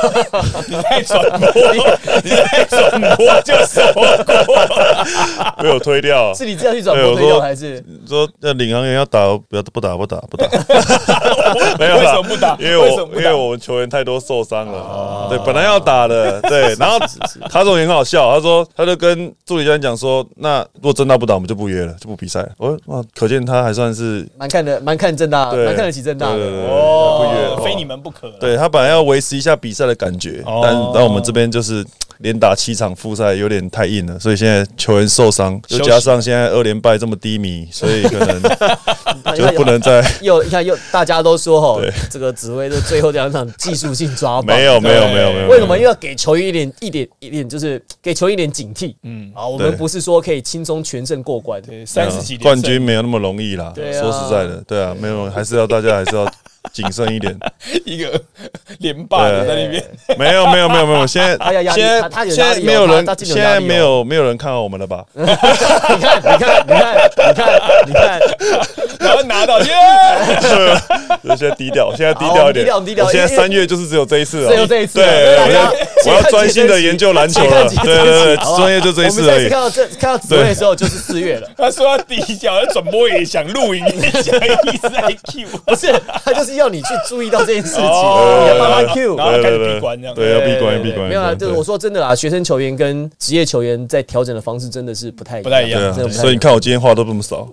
Speaker 2: 你在转播，你在转播就是我
Speaker 4: 被我推掉了。
Speaker 3: 是你这样去转
Speaker 4: 对
Speaker 3: 播
Speaker 4: 我
Speaker 3: 推掉
Speaker 4: 说
Speaker 3: 还是？
Speaker 4: 说那领航员要打，不要不打不打 不打，没有
Speaker 2: 为什
Speaker 4: 啦
Speaker 2: 么不打？
Speaker 4: 因为
Speaker 2: 为什么
Speaker 4: 我
Speaker 2: 不
Speaker 4: 因为
Speaker 2: 打？
Speaker 4: 我们球员太多受伤
Speaker 3: 啊
Speaker 4: 了，对，本来要打的，对，然后卡总也很好笑，他说他就跟助理教练讲说，那如果真的不打，我们就不约了，就不比赛了。我哇，可见他还算是
Speaker 3: 蛮看的，蛮看正大，
Speaker 4: 对
Speaker 3: 啊蛮看得起正大
Speaker 4: 对对
Speaker 3: 的。
Speaker 4: 对
Speaker 2: 哦
Speaker 4: 不约了，
Speaker 2: 非你们不可了。
Speaker 4: 对他本来要维持一下比赛的感觉，
Speaker 2: 哦
Speaker 4: 但但我们这边就是嘖连打七场复赛有点太硬了，所以现在球员受伤，
Speaker 2: 休
Speaker 4: 又
Speaker 2: 息
Speaker 4: 加上现在二连败这么低迷，所以可 能就不能再
Speaker 3: 又你看又大家都说吼
Speaker 4: 对，
Speaker 3: 这个紫薇的最后两 场技术性抓
Speaker 4: 没
Speaker 3: 板。
Speaker 4: 有没有
Speaker 2: 对
Speaker 4: 没有没有，
Speaker 3: 为什么又要给球员一点一点一点，就是给球员一点警惕？嗯，啊，我们
Speaker 4: 对
Speaker 3: 不是说可以轻松全胜过 关，
Speaker 2: 对，三十几连胜
Speaker 4: 冠军没有那么容易啦？
Speaker 3: 对啊
Speaker 4: 说实在的，对啊，没有，还是要大家还是要谨慎一点。
Speaker 2: 一个连霸的在那边，
Speaker 4: 没有没有没有没有，现
Speaker 3: 哎呀
Speaker 4: 在
Speaker 3: 压力
Speaker 4: 现
Speaker 3: 他他
Speaker 4: 在
Speaker 3: 有
Speaker 4: 现
Speaker 3: 压力哦
Speaker 4: 在没有人
Speaker 3: 他他，进
Speaker 4: 现
Speaker 3: 有压力哦
Speaker 4: 在没有没有人看好我们了吧？
Speaker 3: 你看，你看，你看，你看，你看，
Speaker 2: 然后拿到耶，
Speaker 4: 对，现在低调，现在低调一点，
Speaker 3: 好我们低调低调
Speaker 4: 我现在
Speaker 3: 因为
Speaker 4: 三月就是只有这一次啊，
Speaker 3: 只有这一次啊
Speaker 4: 对，
Speaker 3: 大
Speaker 4: 我
Speaker 3: 家
Speaker 4: 要我要
Speaker 3: 先看
Speaker 4: 专心的
Speaker 3: 几
Speaker 4: 研究篮球
Speaker 3: 先看
Speaker 4: 了，
Speaker 3: 几
Speaker 4: 对
Speaker 3: 场
Speaker 4: 对对，
Speaker 3: 好不好
Speaker 4: 专业就这一
Speaker 3: 我们
Speaker 4: 次
Speaker 3: 上
Speaker 4: 而
Speaker 3: 次
Speaker 4: 已
Speaker 3: 看。到这看到紫薇的时候就是四月 了，
Speaker 2: 他说要低调，要转播也想录影也想，一直在 Q，
Speaker 3: 不是他就是要你去注意到这件事情，
Speaker 2: 哦
Speaker 3: 你要慢慢
Speaker 2: 对
Speaker 3: Q。
Speaker 2: 然后
Speaker 4: 对
Speaker 2: 开始
Speaker 4: 对对
Speaker 2: 闭关这样
Speaker 4: 对，要闭关，要闭
Speaker 3: 对
Speaker 4: 关。
Speaker 3: 没有啦，
Speaker 4: 对
Speaker 3: 就是我说真的啦，学生球员跟职业球员在调整的方式真的是不太
Speaker 2: 不太一样
Speaker 4: 对啊
Speaker 3: 真的，不太
Speaker 4: 所以你看我今天话都这 么少，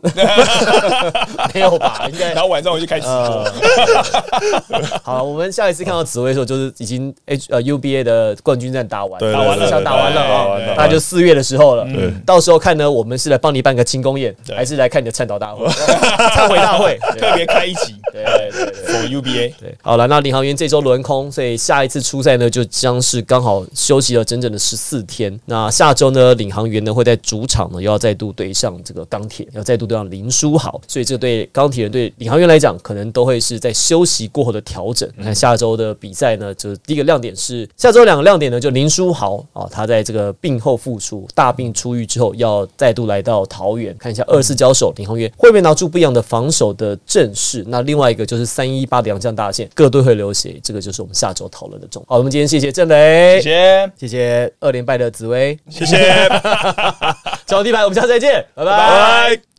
Speaker 3: 没有 吧？应该 呃
Speaker 2: 然后晚上我就开始直播。
Speaker 3: 好，我们下一次看到紫薇的时候，就是已经 H 呃 UBA 的冠军战打完，
Speaker 4: 对
Speaker 3: 打完了，
Speaker 2: 对对
Speaker 3: 想打完了
Speaker 2: 对
Speaker 3: 啊
Speaker 2: 对对，对
Speaker 3: 那就四月的时候了。
Speaker 4: 对
Speaker 3: 到时候看呢，我们是来帮你办个庆功宴，还是来看你的颤抖大会、 忏悔大会？对
Speaker 2: 特别开一集
Speaker 3: 对对对对。
Speaker 2: for UBA，
Speaker 3: 对，好了，那领航员这周轮空，所以下一次出赛呢，就将是刚好休息了整整的十四天。那下周呢，领航员呢会在主场呢又要再度对上这个钢铁，要再度对上林书豪，所以这对钢铁人对领航员来讲，可能都会是在休息过后的调整。那下周的比赛呢，就是第一个亮点是下周两个亮点呢，就林书豪啊，他在这个病后复出、大病初愈之后，要再度来到桃园看一下二次交手林鸿源会不会拿出不一样的防守的阵势。那另外一个就是三一八的洋将大线，各队会流血，这个就是我们下周讨论的重点。好，我们今天谢谢郑
Speaker 2: 谢
Speaker 3: 雷，
Speaker 2: 谢。
Speaker 3: 谢谢二连败的紫薇，
Speaker 4: 谢谢，
Speaker 3: 小地牌，我们下次再见，拜拜
Speaker 4: 拜。